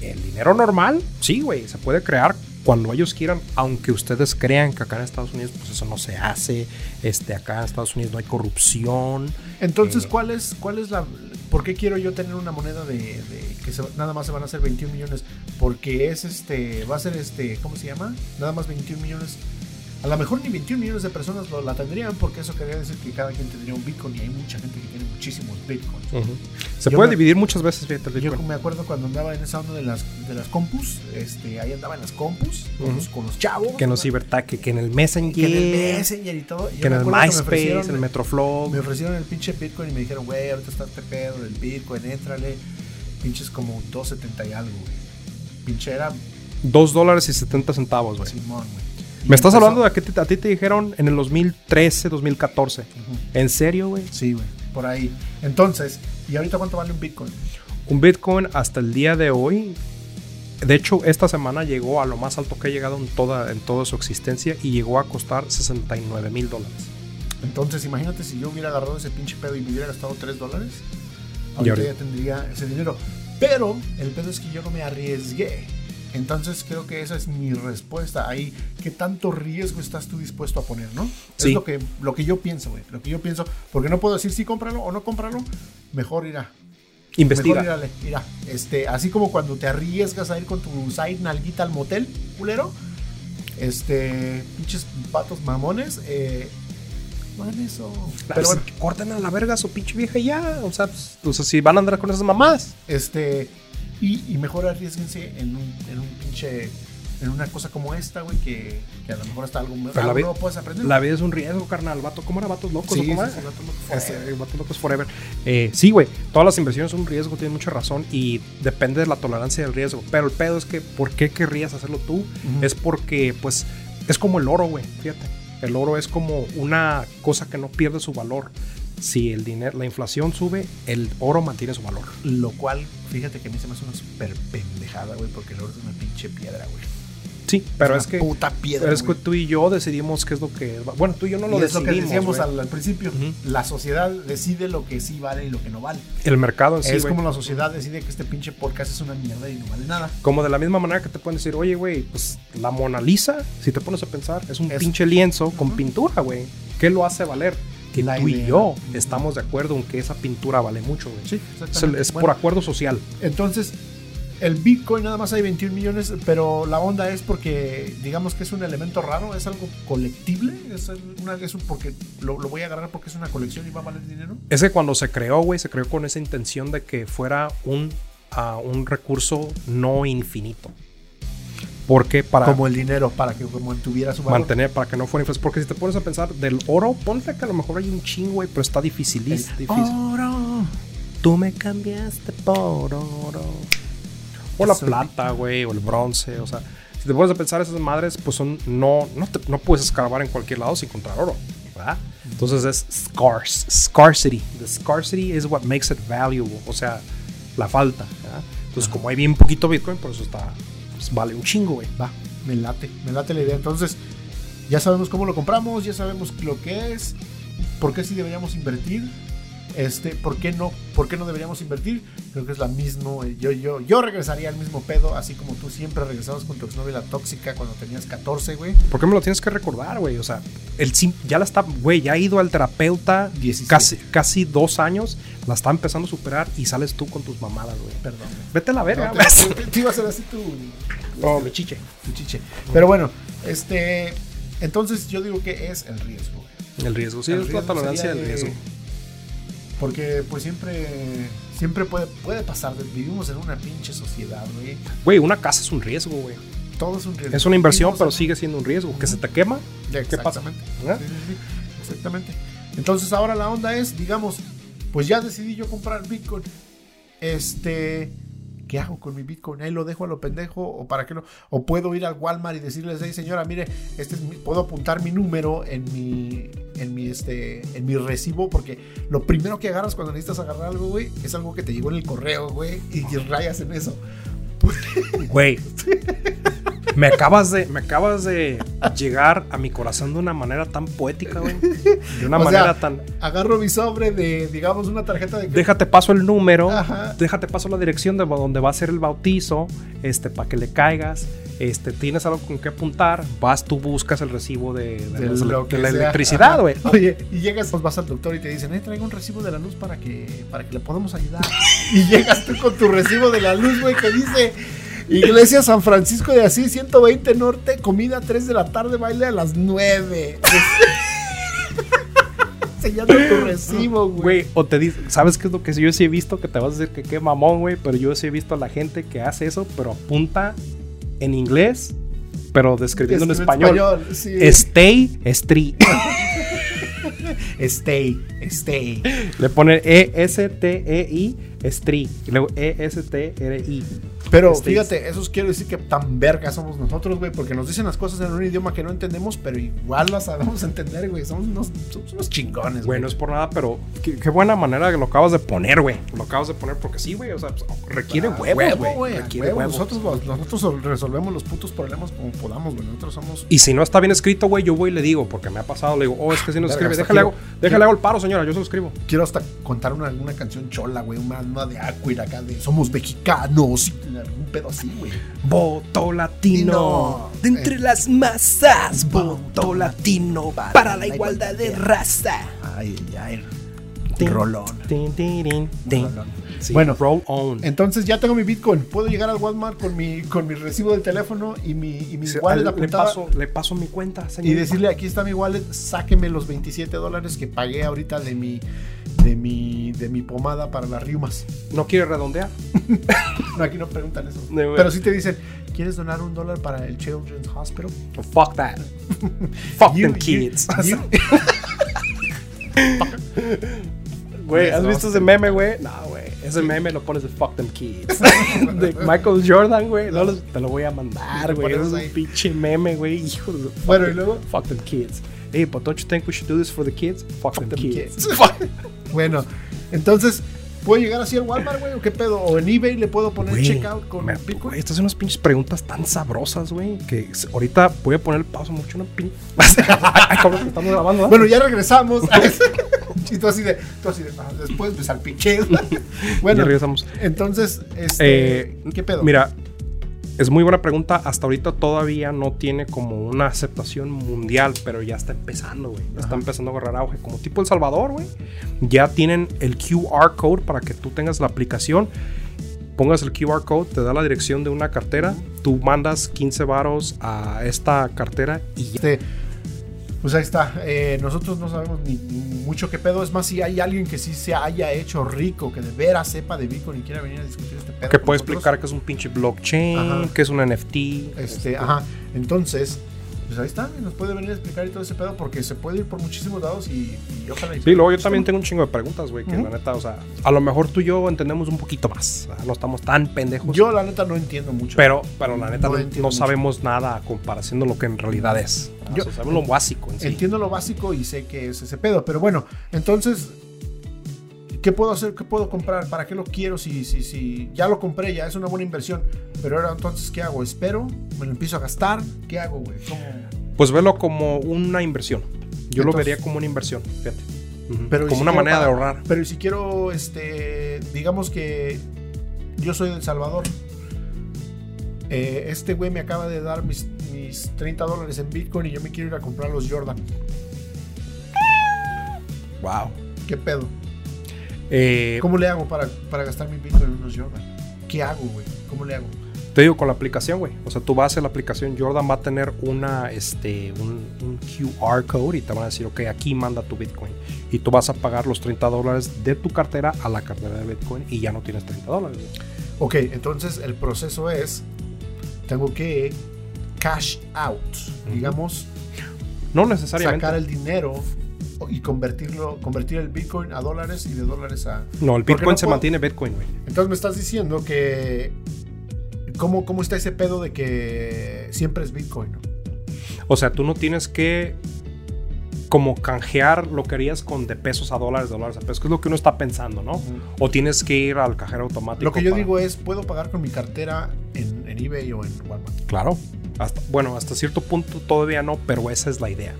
B: El dinero normal, sí, güey, se puede crear cuando ellos quieran, aunque ustedes crean que acá en Estados Unidos, pues eso no se hace. Este, acá en Estados Unidos no hay corrupción.
A: Entonces,
B: Eh.
A: ¿cuál es, cuál es la, ¿Por qué quiero yo tener una moneda de, de que se- nada más se van a hacer 21 millones? Porque es este, va a ser este, ¿cómo se llama? Nada más 21 millones. A lo mejor ni 21 millones de personas lo- la tendrían, porque eso quería decir que cada quien tendría un Bitcoin y hay mucha gente que tiene muchísimos Bitcoins.
B: Ujú. Se
A: Yo
B: puede
A: me-
B: dividir muchas veces, fíjate, el
A: Yo
B: Bitcoin.
A: me acuerdo cuando andaba en esa onda de las, de las compus, este, ahí andaba en las compus, con,
B: Ujú.
A: los, con los chavos.
B: Que en los
A: ¿verdad?
B: cibertaque, que en el Messenger,
A: que en el Messenger y todo. Yo
B: que en
A: me
B: el
A: acuerdo que me
B: MySpace,
A: ofrecieron-
B: en el Metroflow.
A: Me ofrecieron el pinche Bitcoin y me dijeron, güey, ahorita está este pedo del Bitcoin, éntrale. Pinches como 270 y algo, güey. Pinche era
B: 2 dólares y 70 centavos, güey.
A: Simón, güey. Y
B: Me estás
A: empezó-
B: hablando de que te- a ti te dijeron en el 2013, 2014.
A: Ujú.
B: ¿En serio, güey?
A: Sí, güey, por ahí. Entonces, ¿y ahorita cuánto vale un Bitcoin?
B: Un Bitcoin hasta el día de hoy. De hecho, esta semana llegó a lo más alto que ha llegado en toda, en toda su existencia y llegó a costar 69 mil dólares.
A: Entonces, imagínate si yo hubiera agarrado ese pinche pedo y me hubiera gastado 3 dólares.
B: Y
A: Ahorita
B: ahorita-
A: ya tendría ese dinero. Pero el pedo es que yo no me arriesgué. Entonces, creo que esa es mi respuesta. Ahí, ¿qué tanto riesgo estás tú dispuesto a poner, no?
B: Sí.
A: Es lo que, lo que yo pienso, güey. Lo que yo pienso. Porque no puedo decir si cómpralo o no cómpralo. Mejor irá. Mejor
B: Investiga.
A: irá, irá. Este, así como cuando te arriesgas a ir con tu side nalguita al motel, culero. Este, pinches patos mamones. Eh, hagan eso. Pero
B: Pero
A: bueno,
B: corten a la verga a su pinche vieja y ya. O sea, pues, o sea, si van a andar con esas mamás.
A: Este, y, y mejor arriesguense en un, en un pinche. En una cosa como esta, güey, que, que a lo mejor hasta algo me-
B: Pero la
A: algo
B: vi-
A: nuevo puedes aprender.
B: La vida es un riesgo, carnal. Vato, ¿Cómo era vatos locos?
A: Sí,
B: o cómo
A: sí,
B: era?
A: sí, no tomo-
B: Este, el vato loco es forever. Eh, sí, güey. Todas las inversiones son un riesgo, tienen mucha razón y depende de la tolerancia del riesgo. Pero el pedo es que, ¿por qué querrías hacerlo tú?
A: Ujú.
B: Es porque, pues, es como el oro, güey. Fíjate. El oro es como una cosa que no pierde su valor. Si el dinero, la inflación sube, el oro mantiene su valor.
A: Lo cual, fíjate que a mí se me hace una super pendejada, güey, porque el oro es una pinche piedra, güey.
B: Sí, pero
A: una
B: es que,
A: Puta piedra.
B: pero es que
A: güey.
B: tú y yo decidimos qué es lo que. Bueno, tú y yo no lo
A: Y es lo
B: decidimos.
A: que decíamos
B: güey.
A: al, al principio.
B: Ujú.
A: La sociedad decide lo que sí vale y lo que no vale.
B: El mercado en sí,
A: es
B: güey.
A: como la sociedad decide que este pinche podcast es una mierda y no vale nada.
B: Como de la misma manera que te pueden decir, oye, güey, pues la Mona Lisa, si te pones a pensar, es un
A: Es-
B: pinche lienzo con
A: Ujú.
B: pintura, güey. ¿Qué lo hace valer? Que
A: La
B: tú y
A: idea.
B: yo
A: Ujú.
B: estamos de acuerdo en que esa pintura vale mucho, güey.
A: Sí,
B: Es, el-
A: exactamente.
B: es
A: Bueno,
B: por acuerdo social.
A: Entonces, el Bitcoin nada más hay 21 millones, pero la onda es porque digamos que es un elemento raro, es algo colectible, es el- una es un- porque lo, lo voy a agarrar porque es una colección y va a valer dinero.
B: Es que cuando se creó, güey, se creó con esa intención de que fuera un, ah, un recurso no infinito. Porque para
A: Como el dinero, para que como tuviera su valor.
B: mantener, para que no fuera inflación. Porque si te pones a pensar del oro, ponte que a lo mejor hay un chingo, güey, pero está
A: El
B: dificilísimo.
A: oro.
B: Tú me cambiaste por oro. O la
A: Eso.
B: plata, güey, o el bronce, o sea. Si te pones a pensar, esas madres, pues son. No, no, te- no puedes escarbar en cualquier lado sin encontrar oro, ¿verdad? Entonces es scarce, scarcity. The scarcity is what makes it valuable, o sea, la falta, ¿verdad? Entonces, como hay bien poquito Bitcoin, por eso está. pues, vale un chingo, güey.
A: Va, me late, me late la idea. Entonces, ya sabemos cómo lo compramos, ya sabemos lo que es, por qué sí deberíamos invertir, este, por qué no, por qué no deberíamos invertir. Creo que es la misma, yo, yo, yo regresaría al mismo pedo, así como tú siempre regresabas con tu exnovia la tóxica cuando tenías 14, güey.
B: ¿Por qué me lo tienes que recordar, güey? O sea, el sim- ya la está, güey, ya ha ido al terapeuta
A: 17.
B: casi, casi dos años, la está empezando a superar y sales tú con tus mamadas, güey.
A: Perdón. güey.
B: Vete a la verga,
A: No,
B: güey.
A: te, te- te iba a hacer así tu,
B: Oh, me chiche.
A: tu chiche. Pero bueno, este, entonces yo digo que es el riesgo, güey.
B: El riesgo, sí,
A: El
B: es la
A: riesgo
B: tolerancia
A: sería
B: del
A: de-
B: riesgo.
A: Porque pues siempre, siempre puede, puede pasar. Vivimos en una pinche sociedad, güey.
B: Güey, una casa es un riesgo, güey.
A: Todo es un riesgo.
B: Es una inversión,
A: Vivimos
B: pero
A: en-
B: sigue siendo un riesgo. Que se te quema, ¿qué pasa?
A: Exactamente.
B: ¿Eh?
A: Sí, sí, sí. Exactamente. Entonces ahora la onda es, digamos, pues ya decidí yo comprar Bitcoin. Este, ¿qué hago con mi Bitcoin? Ahí lo dejo a lo pendejo o para qué lo o puedo ir al Walmart y decirles, "Hey, señora, mire, este es mi- puedo apuntar mi número en mi en mi este en mi recibo porque lo primero que agarras cuando necesitas agarrar algo, güey, es algo que te llegó en el correo, güey, y rayas en eso.
B: Güey. Me acabas de, me acabas de llegar a mi corazón de una manera tan poética, güey. De una
A: O sea,
B: manera tan.
A: Agarro mi sobre de digamos una tarjeta de
B: Déjate paso el número.
A: Ajá.
B: déjate paso la dirección de donde va a ser el bautizo, este, para que le caigas. Este, tienes algo con qué apuntar, vas, tú buscas el recibo de, de
A: De
B: las-
A: lo que
B: de la
A: sea.
B: electricidad,
A: Ajá.
B: güey.
A: Oye, y llegas, pues vas al doctor y te dicen, eh, traigo un recibo de la luz para que, para que le podamos ayudar. y llegas tú con tu recibo de la luz, güey, que dice Iglesia San Francisco de Asís, 120 Norte, comida 3 de la tarde, baile a las 9. Sellando tu recibo, güey.
B: Güey, o te dice, ¿sabes qué es lo que yo sí he visto? Que te vas a decir que qué mamón, güey, pero yo sí he visto a la gente que hace eso, pero apunta en inglés, pero describiendo en español.
A: sí.
B: Stay, street.
A: Stay, stay.
B: Le pone E E-S-T-E-I, street. Y luego E E-S-T-R-I.
A: Pero
B: Este,
A: fíjate, esos quiero decir que tan vergas somos nosotros, güey, porque nos dicen las cosas en un idioma que no entendemos, pero igual las sabemos entender, güey. Somos unos, somos unos chingones, güey.
B: Bueno, es por nada, pero qué, qué buena manera que lo acabas de poner, güey. Lo acabas de poner porque sí, güey. O sea, pues, requiere
A: Ah,
B: huevos,
A: huevo,
B: güey. Requiere
A: huevo.
B: huevos.
A: Nosotros, los- nosotros resolvemos los putos problemas como podamos, güey. Nosotros somos.
B: Y si no está bien escrito, güey, yo voy y le digo, porque me ha pasado, le digo, oh, es que si no
A: Verga,
B: escribe,
A: hasta
B: déjale,
A: quiero-
B: hago, déjale hago el paro, señora, yo se lo escribo.
A: Quiero hasta contar una, una canción chola, güey. Una, una de Aquila acá de somos mexicanos. y algún pedo así, güey.
B: Voto latino.
A: Latino.
B: De entre
A: Eh.
B: las masas, voto
A: Voto
B: latino
A: para
B: para la
A: la
B: igualdad de
A: igualdad.
B: raza.
A: Ay, ay,
B: Tin,
A: rolón.
B: tin, tirin, tin.
A: Rolón.
B: Sí,
A: Bueno.
B: roll on.
A: Entonces ya tengo mi Bitcoin. Puedo llegar al Walmart con mi, con mi recibo del teléfono y mi, y mi
B: Sí,
A: wallet
B: al- le,
A: apuntada.
B: paso, le paso mi cuenta, señor.
A: y decirle aquí está mi wallet, sáqueme los 27 dólares que pagué ahorita de mi de mi de mi pomada para las riumas.
B: ¿No quiere redondear?
A: No, aquí no preguntan eso.
B: De ver-
A: Pero sí te dicen, ¿quieres donar un dólar para el Children's Hospital?
B: Fuck that. Fuck
A: You- you-
B: them kids.
A: you-
B: Güey, ¿has
A: No,
B: visto ese
A: sí.
B: meme, güey? No, güey. Ese meme lo pones de fuck them kids. de Michael Jordan, güey. No los- te lo voy a mandar,
A: Lo
B: güey. Ese
A: pones
B: Es un
A: ahí.
B: pinche meme, güey. Hijo de fuck
A: Bueno,
B: them-
A: ¿y luego?
B: Fuck them kids. Hey, but don't you think we should do this for the kids? Fuck, them, kids.
A: bueno, entonces puedo llegar así al Walmart, güey, o qué pedo, o en eBay le puedo poner
B: Güey,
A: checkout con
B: me-
A: Bitcoin.
B: güey, estas son unas pinches preguntas tan sabrosas, güey, que s- ahorita voy a poner el pausa mucho una pin. Ay, cabrón, estamos grabando. ¿verdad?
A: Bueno, ya regresamos. y tú así de, tú así de, ah, después me salpiqué. bueno,
B: ya regresamos.
A: entonces, este,
B: Eh,
A: ¿qué pedo?
B: Mira, es muy buena pregunta. Hasta ahorita todavía no tiene como una aceptación mundial, pero ya está empezando, güey. Ya está
A: Ajá.
B: empezando a agarrar auge. Como tipo El Salvador, güey. Ya tienen el QR code para que tú tengas la aplicación. Pongas el QR code, te da la dirección de una cartera. Tú mandas 15 varos a esta cartera y ya.
A: Este, pues ahí está. Eh, nosotros no sabemos ni ni mucho qué pedo. Es más, si hay alguien que sí se haya hecho rico, que de veras sepa de Bitcoin y quiera venir a discutir este pedo.
B: Que
A: con
B: puede
A: nosotros,
B: explicar que es un pinche blockchain,
A: Ajá.
B: que es un NFT.
A: Este, ajá. Entonces, pues ahí está. Nos puede venir a explicar y todo ese pedo porque se puede ir por muchísimos lados y, y ojalá. y-
B: Sí, luego yo también tengo un chingo de preguntas, güey, que
A: Ujú.
B: la neta, o sea, a lo mejor tú y yo entendemos un poquito más. ¿verdad? No estamos tan pendejos.
A: Yo, la neta, no entiendo mucho.
B: pero, pero la neta,
A: No
B: no,
A: entiendo
B: no
A: mucho.
B: sabemos nada a comparación de lo que en realidad es. ¿verdad?
A: Yo-
B: O sea, sabemos lo básico en sí.
A: Entiendo lo básico y sé que es ese pedo. Pero bueno, entonces, ¿qué puedo hacer? ¿Qué puedo comprar? ¿Para qué lo quiero? Si, si, si ya lo compré, ya es una buena inversión. Pero ahora entonces, ¿qué hago? ¿Espero? ¿Me lo empiezo a gastar? ¿Qué hago, güey? ¿Cómo?
B: Pues velo como una inversión. Yo lo
A: Entonces-
B: vería como una inversión, fíjate. Ujú.
A: Pero, ¿y
B: como
A: si
B: una
A: quiero
B: manera de
A: pagar?
B: ahorrar.
A: Pero ¿y si quiero, este, digamos que yo soy de El Salvador. Eh, este güey me acaba de dar mis, mis 30 dólares en Bitcoin y yo me quiero ir a comprar los Jordan.
B: Wow.
A: ¿Qué pedo?
B: Eh,
A: ¿Cómo le hago para, para gastar mi Bitcoin en unos Jordan? ¿Qué hago, güey? ¿Cómo le hago?
B: Te digo, con la aplicación, güey. O sea, tú vas a la aplicación, Jordan va a tener una, este, un, un QR code y te van a decir, ok, aquí manda tu Bitcoin. Y tú vas a pagar los 30 dólares de tu cartera a la cartera de Bitcoin y ya no tienes 30 dólares. güey.
A: Ok, entonces el proceso es, tengo que cash out, digamos,
B: No necesariamente.
A: sacar el dinero y convertirlo, convertir el Bitcoin a dólares y de dólares a...
B: No, el
A: Porque
B: Bitcoin
A: no
B: se
A: puedo-
B: mantiene Bitcoin, güey.
A: Entonces me estás diciendo que... ¿Cómo, cómo está ese pedo de que siempre es Bitcoin? no?
B: O sea, tú no tienes que como canjear lo que harías con de pesos a dólares, de dólares a pesos, que es lo que uno está pensando, ¿no?
A: Ujú.
B: O tienes que ir al cajero automático.
A: Lo que yo
B: para-
A: digo es, ¿puedo pagar con mi cartera en, en eBay o en Walmart?
B: Claro. Hasta, bueno, hasta cierto punto todavía no, pero esa es la idea.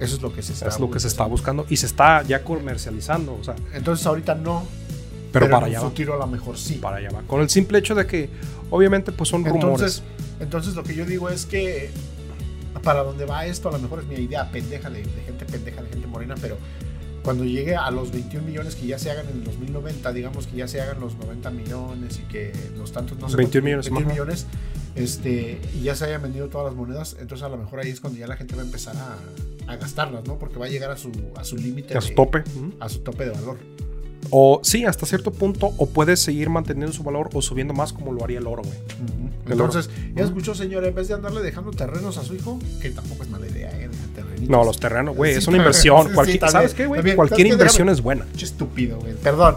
A: Eso es lo que se está
B: es lo que se está
A: buscando.
B: buscando y se está ya comercializando, o sea,
A: Entonces ahorita no,
B: pero, para
A: en
B: allá
A: un
B: va,
A: futuro a lo mejor sí.
B: para allá va. Con el simple hecho de que, obviamente, pues son
A: Entonces,
B: rumores.
A: Entonces lo que yo digo es que para donde va esto, a lo mejor es mi idea pendeja de, de gente pendeja, de gente morena, pero cuando llegue a los 21 millones que ya se hagan en el 2090, digamos que ya se hagan los 90 millones y que los tantos no se
B: 21 millones,
A: 21
B: ajá.
A: millones este, y ya se hayan vendido todas las monedas, entonces a lo mejor ahí es cuando ya la gente va a empezar a, a gastarlas, ¿no? Porque va a llegar a su, a su límite,
B: a su
A: de-
B: tope. ujú.
A: a su tope de valor.
B: O sí, hasta cierto punto, o puedes seguir manteniendo su valor o subiendo más como lo haría el oro, güey.
A: Entonces, ya
B: Ujú.
A: escuchó, señor, en vez de andarle dejando terrenos a su hijo, que tampoco es mala idea, ¿eh? Dejar terrenitos.
B: No, los terrenos, güey,
A: Sí,
B: es una
A: también,
B: inversión.
A: sí,
B: Cualquier-
A: también,
B: ¿Sabes qué, güey?
A: también.
B: Cualquier
A: ¿Sabes qué?
B: inversión es buena.
A: Pinche estúpido, güey. Perdón.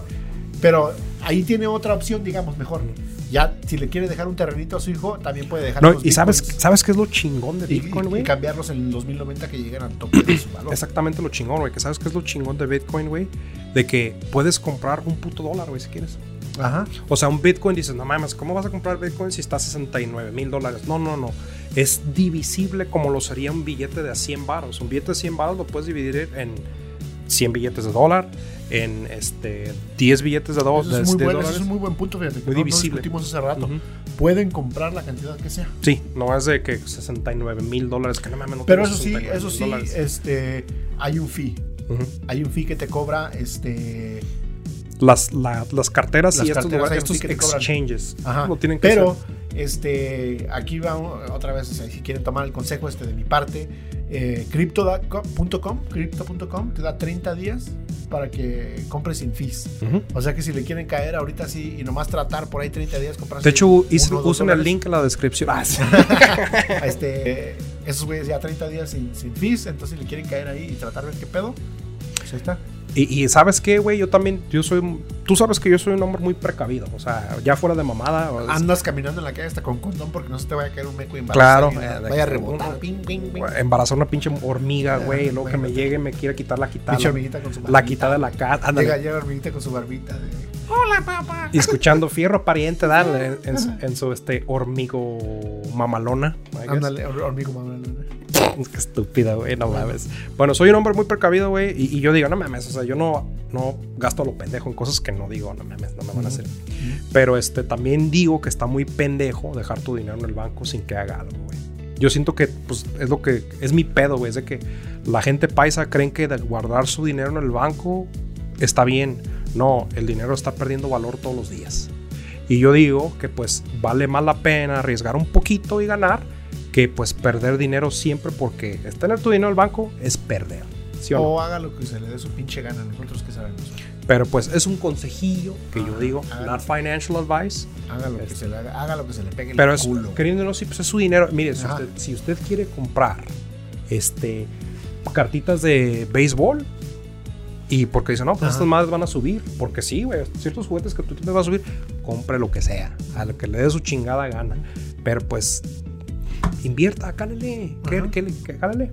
A: Pero ahí tiene otra opción, digamos, mejor. Ya, si le quiere dejar un terrenito a su hijo, también puede dejar.
B: No,
A: unos
B: y sabes,
A: bitcoins
B: sabes qué es lo chingón de
A: y,
B: Bitcoin,
A: y- y
B: güey.
A: cambiarlos en el 2090 que lleguen al tope de su valor.
B: Exactamente lo chingón, güey. Que sabes qué es lo chingón de Bitcoin, güey. De que puedes comprar un puto dólar, güey, si quieres.
A: Ajá.
B: O sea, un Bitcoin dices, no mames, ¿cómo vas a comprar Bitcoin si está a 69 mil dólares? No, no, no. Es divisible como lo sería un billete de 100 baros. Un billete de 100 baros lo puedes dividir en 100 billetes de dólar, en este 10 billetes de, do-
A: Eso
B: de-
A: es, muy
B: de
A: buen, eso
B: dólares.
A: es un muy buen punto, fíjate. que
B: Muy
A: no- no
B: divisible.
A: discutimos hace rato.
B: Ujú.
A: Pueden comprar la cantidad que sea.
B: Sí, no es de que 69 mil dólares, que no mames, no
A: Pero
B: tengo
A: eso sí,
B: 69,000
A: eso sí, eh,
B: dólares.
A: este, hay un fee.
B: Ujú.
A: Hay un fee que te cobra, este,
B: las, la- las carteras
A: Las
B: y estos,
A: carteras
B: lugares-
A: hay un
B: estos
A: ticket que cobran.
B: exchanges
A: Ajá.
B: lo tienen que
A: Pero,
B: hacer.
A: este, aquí va o- otra vez, o sea, si quieren tomar el consejo este de mi parte, eh, crypto.com, crypto.com te da 30 días para que compres sin fees.
B: Ujú.
A: O sea que si le quieren caer ahorita sí y nomás tratar por ahí 30 días compras.
B: De hecho, hice-
A: uno o dos
B: usen el
A: dólares.
B: link en la descripción. Ah, sí.
A: Este, eh, esos güeyes ya 30 días sin, sin fees, entonces si le quieren caer ahí y tratar ver qué pedo. Pues ahí está.
B: Y, y sabes qué, güey, yo también, yo soy, un- tú sabes que yo soy un hombre muy precavido, o sea, ya fuera de mamada. o-
A: Andas caminando en la calle hasta con condón porque no se te vaya a caer un meco y
B: Claro. Eh,
A: embarazar y Vaya a rebotar. Ping, ping, ping.
B: Embarazar una pinche hormiga, güey,
A: Ah,
B: luego que
A: bueno.
B: me llegue me quiere quitar la quitada.
A: Pinche hormiguita con su
B: La
A: barbita.
B: quitada de la casa. ándale.
A: Llega ya la hormiguita con su barbita. de-
B: Y escuchando fierro pariente, dale, en, en su, en su, este hormigo mamalona. I guess.
A: Ándale, hor- hormigo mamá.
B: Qué estúpida, güey, no mames. Bueno, soy un hombre muy precavido, güey, y, y yo digo, no mames, o sea, yo no, no gasto a lo pendejo en cosas que no digo, no mames, no me van a hacer. Pero este, también digo que está muy pendejo dejar tu dinero en el banco sin que haga algo, güey. Yo siento que, pues, es lo que, es mi pedo, güey, es de que la gente paisa creen que de guardar su dinero en el banco está bien. No, el dinero está perdiendo valor todos los días. Y yo digo que pues vale más la pena arriesgar un poquito y ganar que pues perder dinero siempre porque es tener tu dinero al banco es perder. ¿sí o no?
A: O haga lo que se le dé su pinche gana, nosotros que sabemos.
B: Pero pues es un consejillo que yo digo,
A: Ah.
B: not financial advice,
A: Haga lo que se le haga, haga lo que se le pegue el
B: Este. pero es
A: culo.
B: queriendo o no, sí, pues es su dinero. Mire, si
A: Ajá.
B: usted, si usted quiere comprar este cartitas de béisbol y porque dice, no, pues
A: Ajá.
B: estas madres van a subir, porque sí, güey, ciertos juguetes que tú tienes van a subir, compre lo que sea, a lo que le dé su chingada gana, pero pues invierta, cálale, que,
A: Ajá.
B: que, que cálale.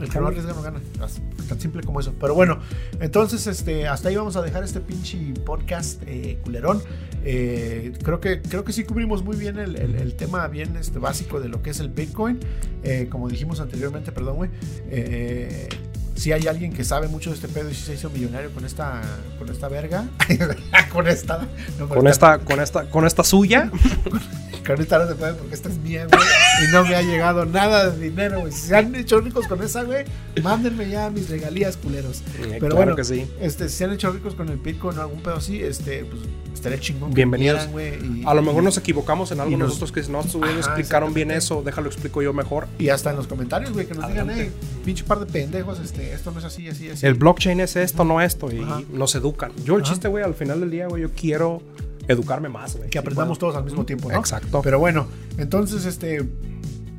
A: El que no arriesga no gana. As- Tan simple como eso. Pero bueno, entonces este, hasta ahí vamos a dejar este pinche podcast eh, culerón. Eh, creo, que, creo que sí cubrimos muy bien el, el- el tema bien este, básico de lo que es el Bitcoin. Eh, como dijimos anteriormente, perdón, güey. eh, si hay alguien que sabe mucho de este pedo y si se hizo millonario con esta, con esta verga, con esta, no,
B: Con esta, con esta, con esta suya,
A: Que ahorita no se puede porque esta es mía, güey. Y no me ha llegado nada de dinero, güey. Si se han hecho ricos con esa, güey, mándenme ya mis regalías, culeros.
B: pero
A: claro
B: bueno
A: bueno.
B: que sí.
A: Este, si se han hecho ricos con el Bitcoin o algún pedo así, este, pues estaría chingón. que
B: Bienvenidos.
A: vinieran, güey, y-
B: A lo mejor
A: y-
B: nos equivocamos en algo
A: y nos-
B: nosotros que no estos güeyes
A: Ajá,
B: explicaron bien
A: exactamente.
B: eso, déjalo explico yo mejor.
A: Y hasta en los comentarios, güey, que nos digan,
B: Adelante.
A: hey, pinche par de pendejos, este, esto no es así, así, así.
B: El blockchain es esto, no esto, y
A: Ajá.
B: nos educan. Yo el
A: Ajá.
B: chiste, güey, al final del día, güey, yo quiero educarme más, güey.
A: que aprendamos todos al mismo tiempo, ¿no?
B: Exacto.
A: Pero bueno, entonces este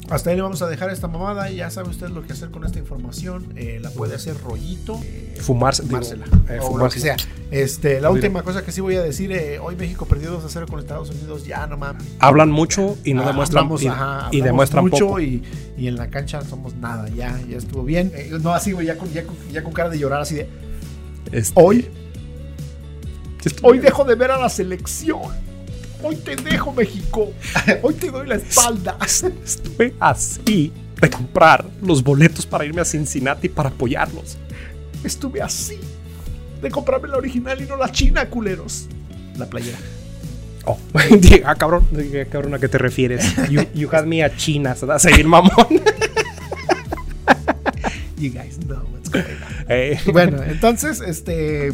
A: hasta ahí le vamos a dejar esta mamada. Ya sabe usted lo que hacer con esta información. Eh, la puede hacer rollito. eh,
B: Fumarse- digo,
A: fumársela.
B: eh,
A: o lo que sea.
B: fumársela.
A: Este, la
B: Digo.
A: última cosa que sí voy a decir: eh, hoy México perdió 2 a 0 con Estados Unidos. Ya no mames.
B: Hablan mucho y no
A: Ah,
B: demuestran
A: hablamos,
B: y,
A: ajá,
B: y
A: hablamos
B: demuestran
A: mucho
B: poco.
A: Y, y en la cancha somos nada. Ya, ya estuvo bien. Eh, no, así, güey, ya con, ya, con- ya con cara de llorar, así de
B: Este,
A: hoy
B: esto-
A: Oh, Hoy dejo de ver a la selección. Hoy te dejo, México. Hoy te doy la espalda.
B: Estuve así de comprar los boletos para irme a Cincinnati para apoyarlos.
A: Estuve así de comprarme la original y no la china, culeros. La playera.
B: Oh, ah, cabrón, ah, cabrón, ¿a qué te refieres? You, you had me a China, a seguir mamón.
A: you guys know what's going on.
B: Eh,
A: Hey. Bueno, entonces, este.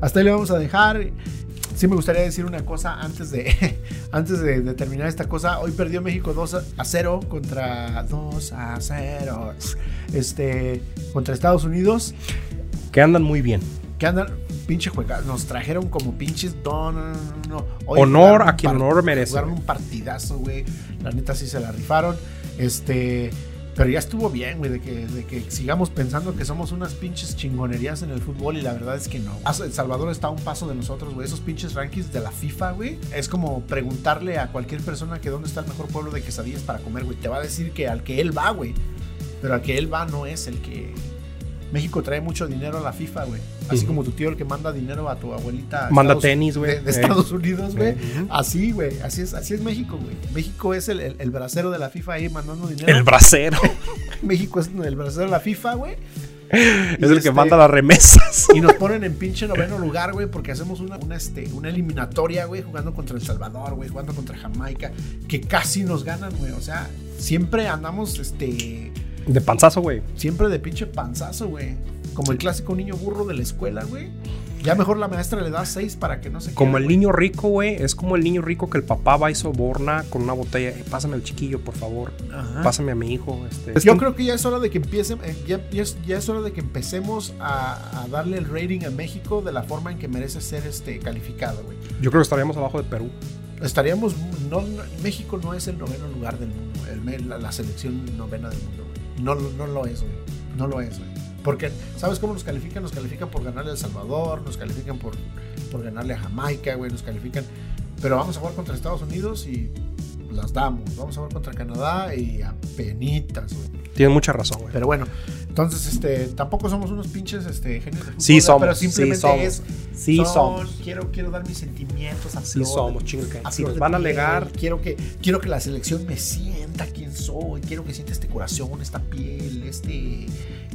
A: Hasta ahí le vamos a dejar. Sí me gustaría decir una cosa antes de antes de, de terminar esta cosa. Hoy perdió México 2 a 0 contra 2 a 0. Este contra Estados Unidos
B: que andan muy bien.
A: Que andan pinche juegas, nos trajeron como pinches don no, no,
B: Hoy honor a quien honor merece.
A: Jugaron un partidazo, güey. La neta sí se la rifaron. Este pero ya estuvo bien, güey, de que, de que, sigamos pensando que somos unas pinches chingonerías en el fútbol y la verdad es que no. Ah, El Salvador está a un paso de nosotros, güey. Esos pinches rankings de la FIFA, güey. Es como preguntarle a cualquier persona que dónde está el mejor pueblo de quesadillas para comer, güey. Te va a decir que al que él va, güey. Pero al que él va no es el que... México trae mucho dinero a la FIFA, güey. Así uh -huh. como tu tío el que manda dinero a tu abuelita. A
B: manda Estados, tenis, güey.
A: De, de eh. Estados Unidos, güey. Uh -huh.
B: Eh,
A: Así, güey. Así es, así es México, güey. México es el, el, el, bracero de la FIFA ahí mandando dinero.
B: El bracero.
A: México es el bracero de la FIFA, güey.
B: Es y el este, que manda las remesas.
A: Y nos ponen en pinche noveno lugar, güey, porque hacemos una, una, este, una eliminatoria, güey, jugando contra El Salvador, güey, jugando contra Jamaica, que casi nos ganan, güey. O sea, siempre andamos, este...
B: De panzazo, güey.
A: Siempre de pinche panzazo, güey. Como el clásico niño burro de la escuela, güey. Ya mejor la maestra le da seis para que no se
B: Como quede, el wey. niño rico, güey. Es como el niño rico que el papá va y soborna con una botella. Eh, pásame al chiquillo, por favor. Ajá. Pásame a mi hijo. Este.
A: Yo este... creo que ya es hora de que empiece, eh, ya, ya, es, ya, es, hora de que empecemos a, a, darle el rating a México de la forma en que merece ser este, calificado, güey.
B: Yo creo que estaríamos abajo de Perú
A: estaríamos no, no, México no es el noveno lugar del mundo el, la, la, selección novena del mundo güey. no no lo es güey no lo es güey porque sabes cómo nos califican nos califican por ganarle a el Salvador nos califican por por ganarle a Jamaica güey nos califican pero vamos a jugar contra Estados Unidos y las damos vamos a jugar contra Canadá y apenitas güey
B: tienes mucha razón güey
A: pero bueno entonces este tampoco somos unos pinches este genios de fútbol,
B: sí somos
A: pero simplemente
B: sí somos.
A: es
B: Sí
A: son,
B: somos.
A: Quiero, quiero dar mis sentimientos a
B: Sí somos, chingue. Si nos van a alegar.
A: Quiero que, quiero que la selección me sienta quien soy. Quiero que sienta este corazón, esta piel, este,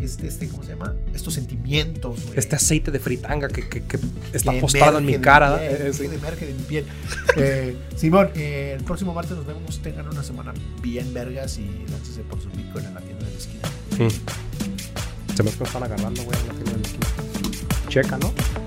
A: este, este ¿cómo se llama? Estos sentimientos, wey.
B: Este aceite de fritanga que, que, que está que postado en mi cara. Eh,
A: De mi piel, sí. de merge de mi piel. eh, Simón, eh, el próximo martes nos vemos. Tengan una semana bien vergas y láncese por su Bitcoin en la tienda de la esquina.
B: Mm. Se me están agarrando, güey, en la tienda de la esquina. Checa, ¿no?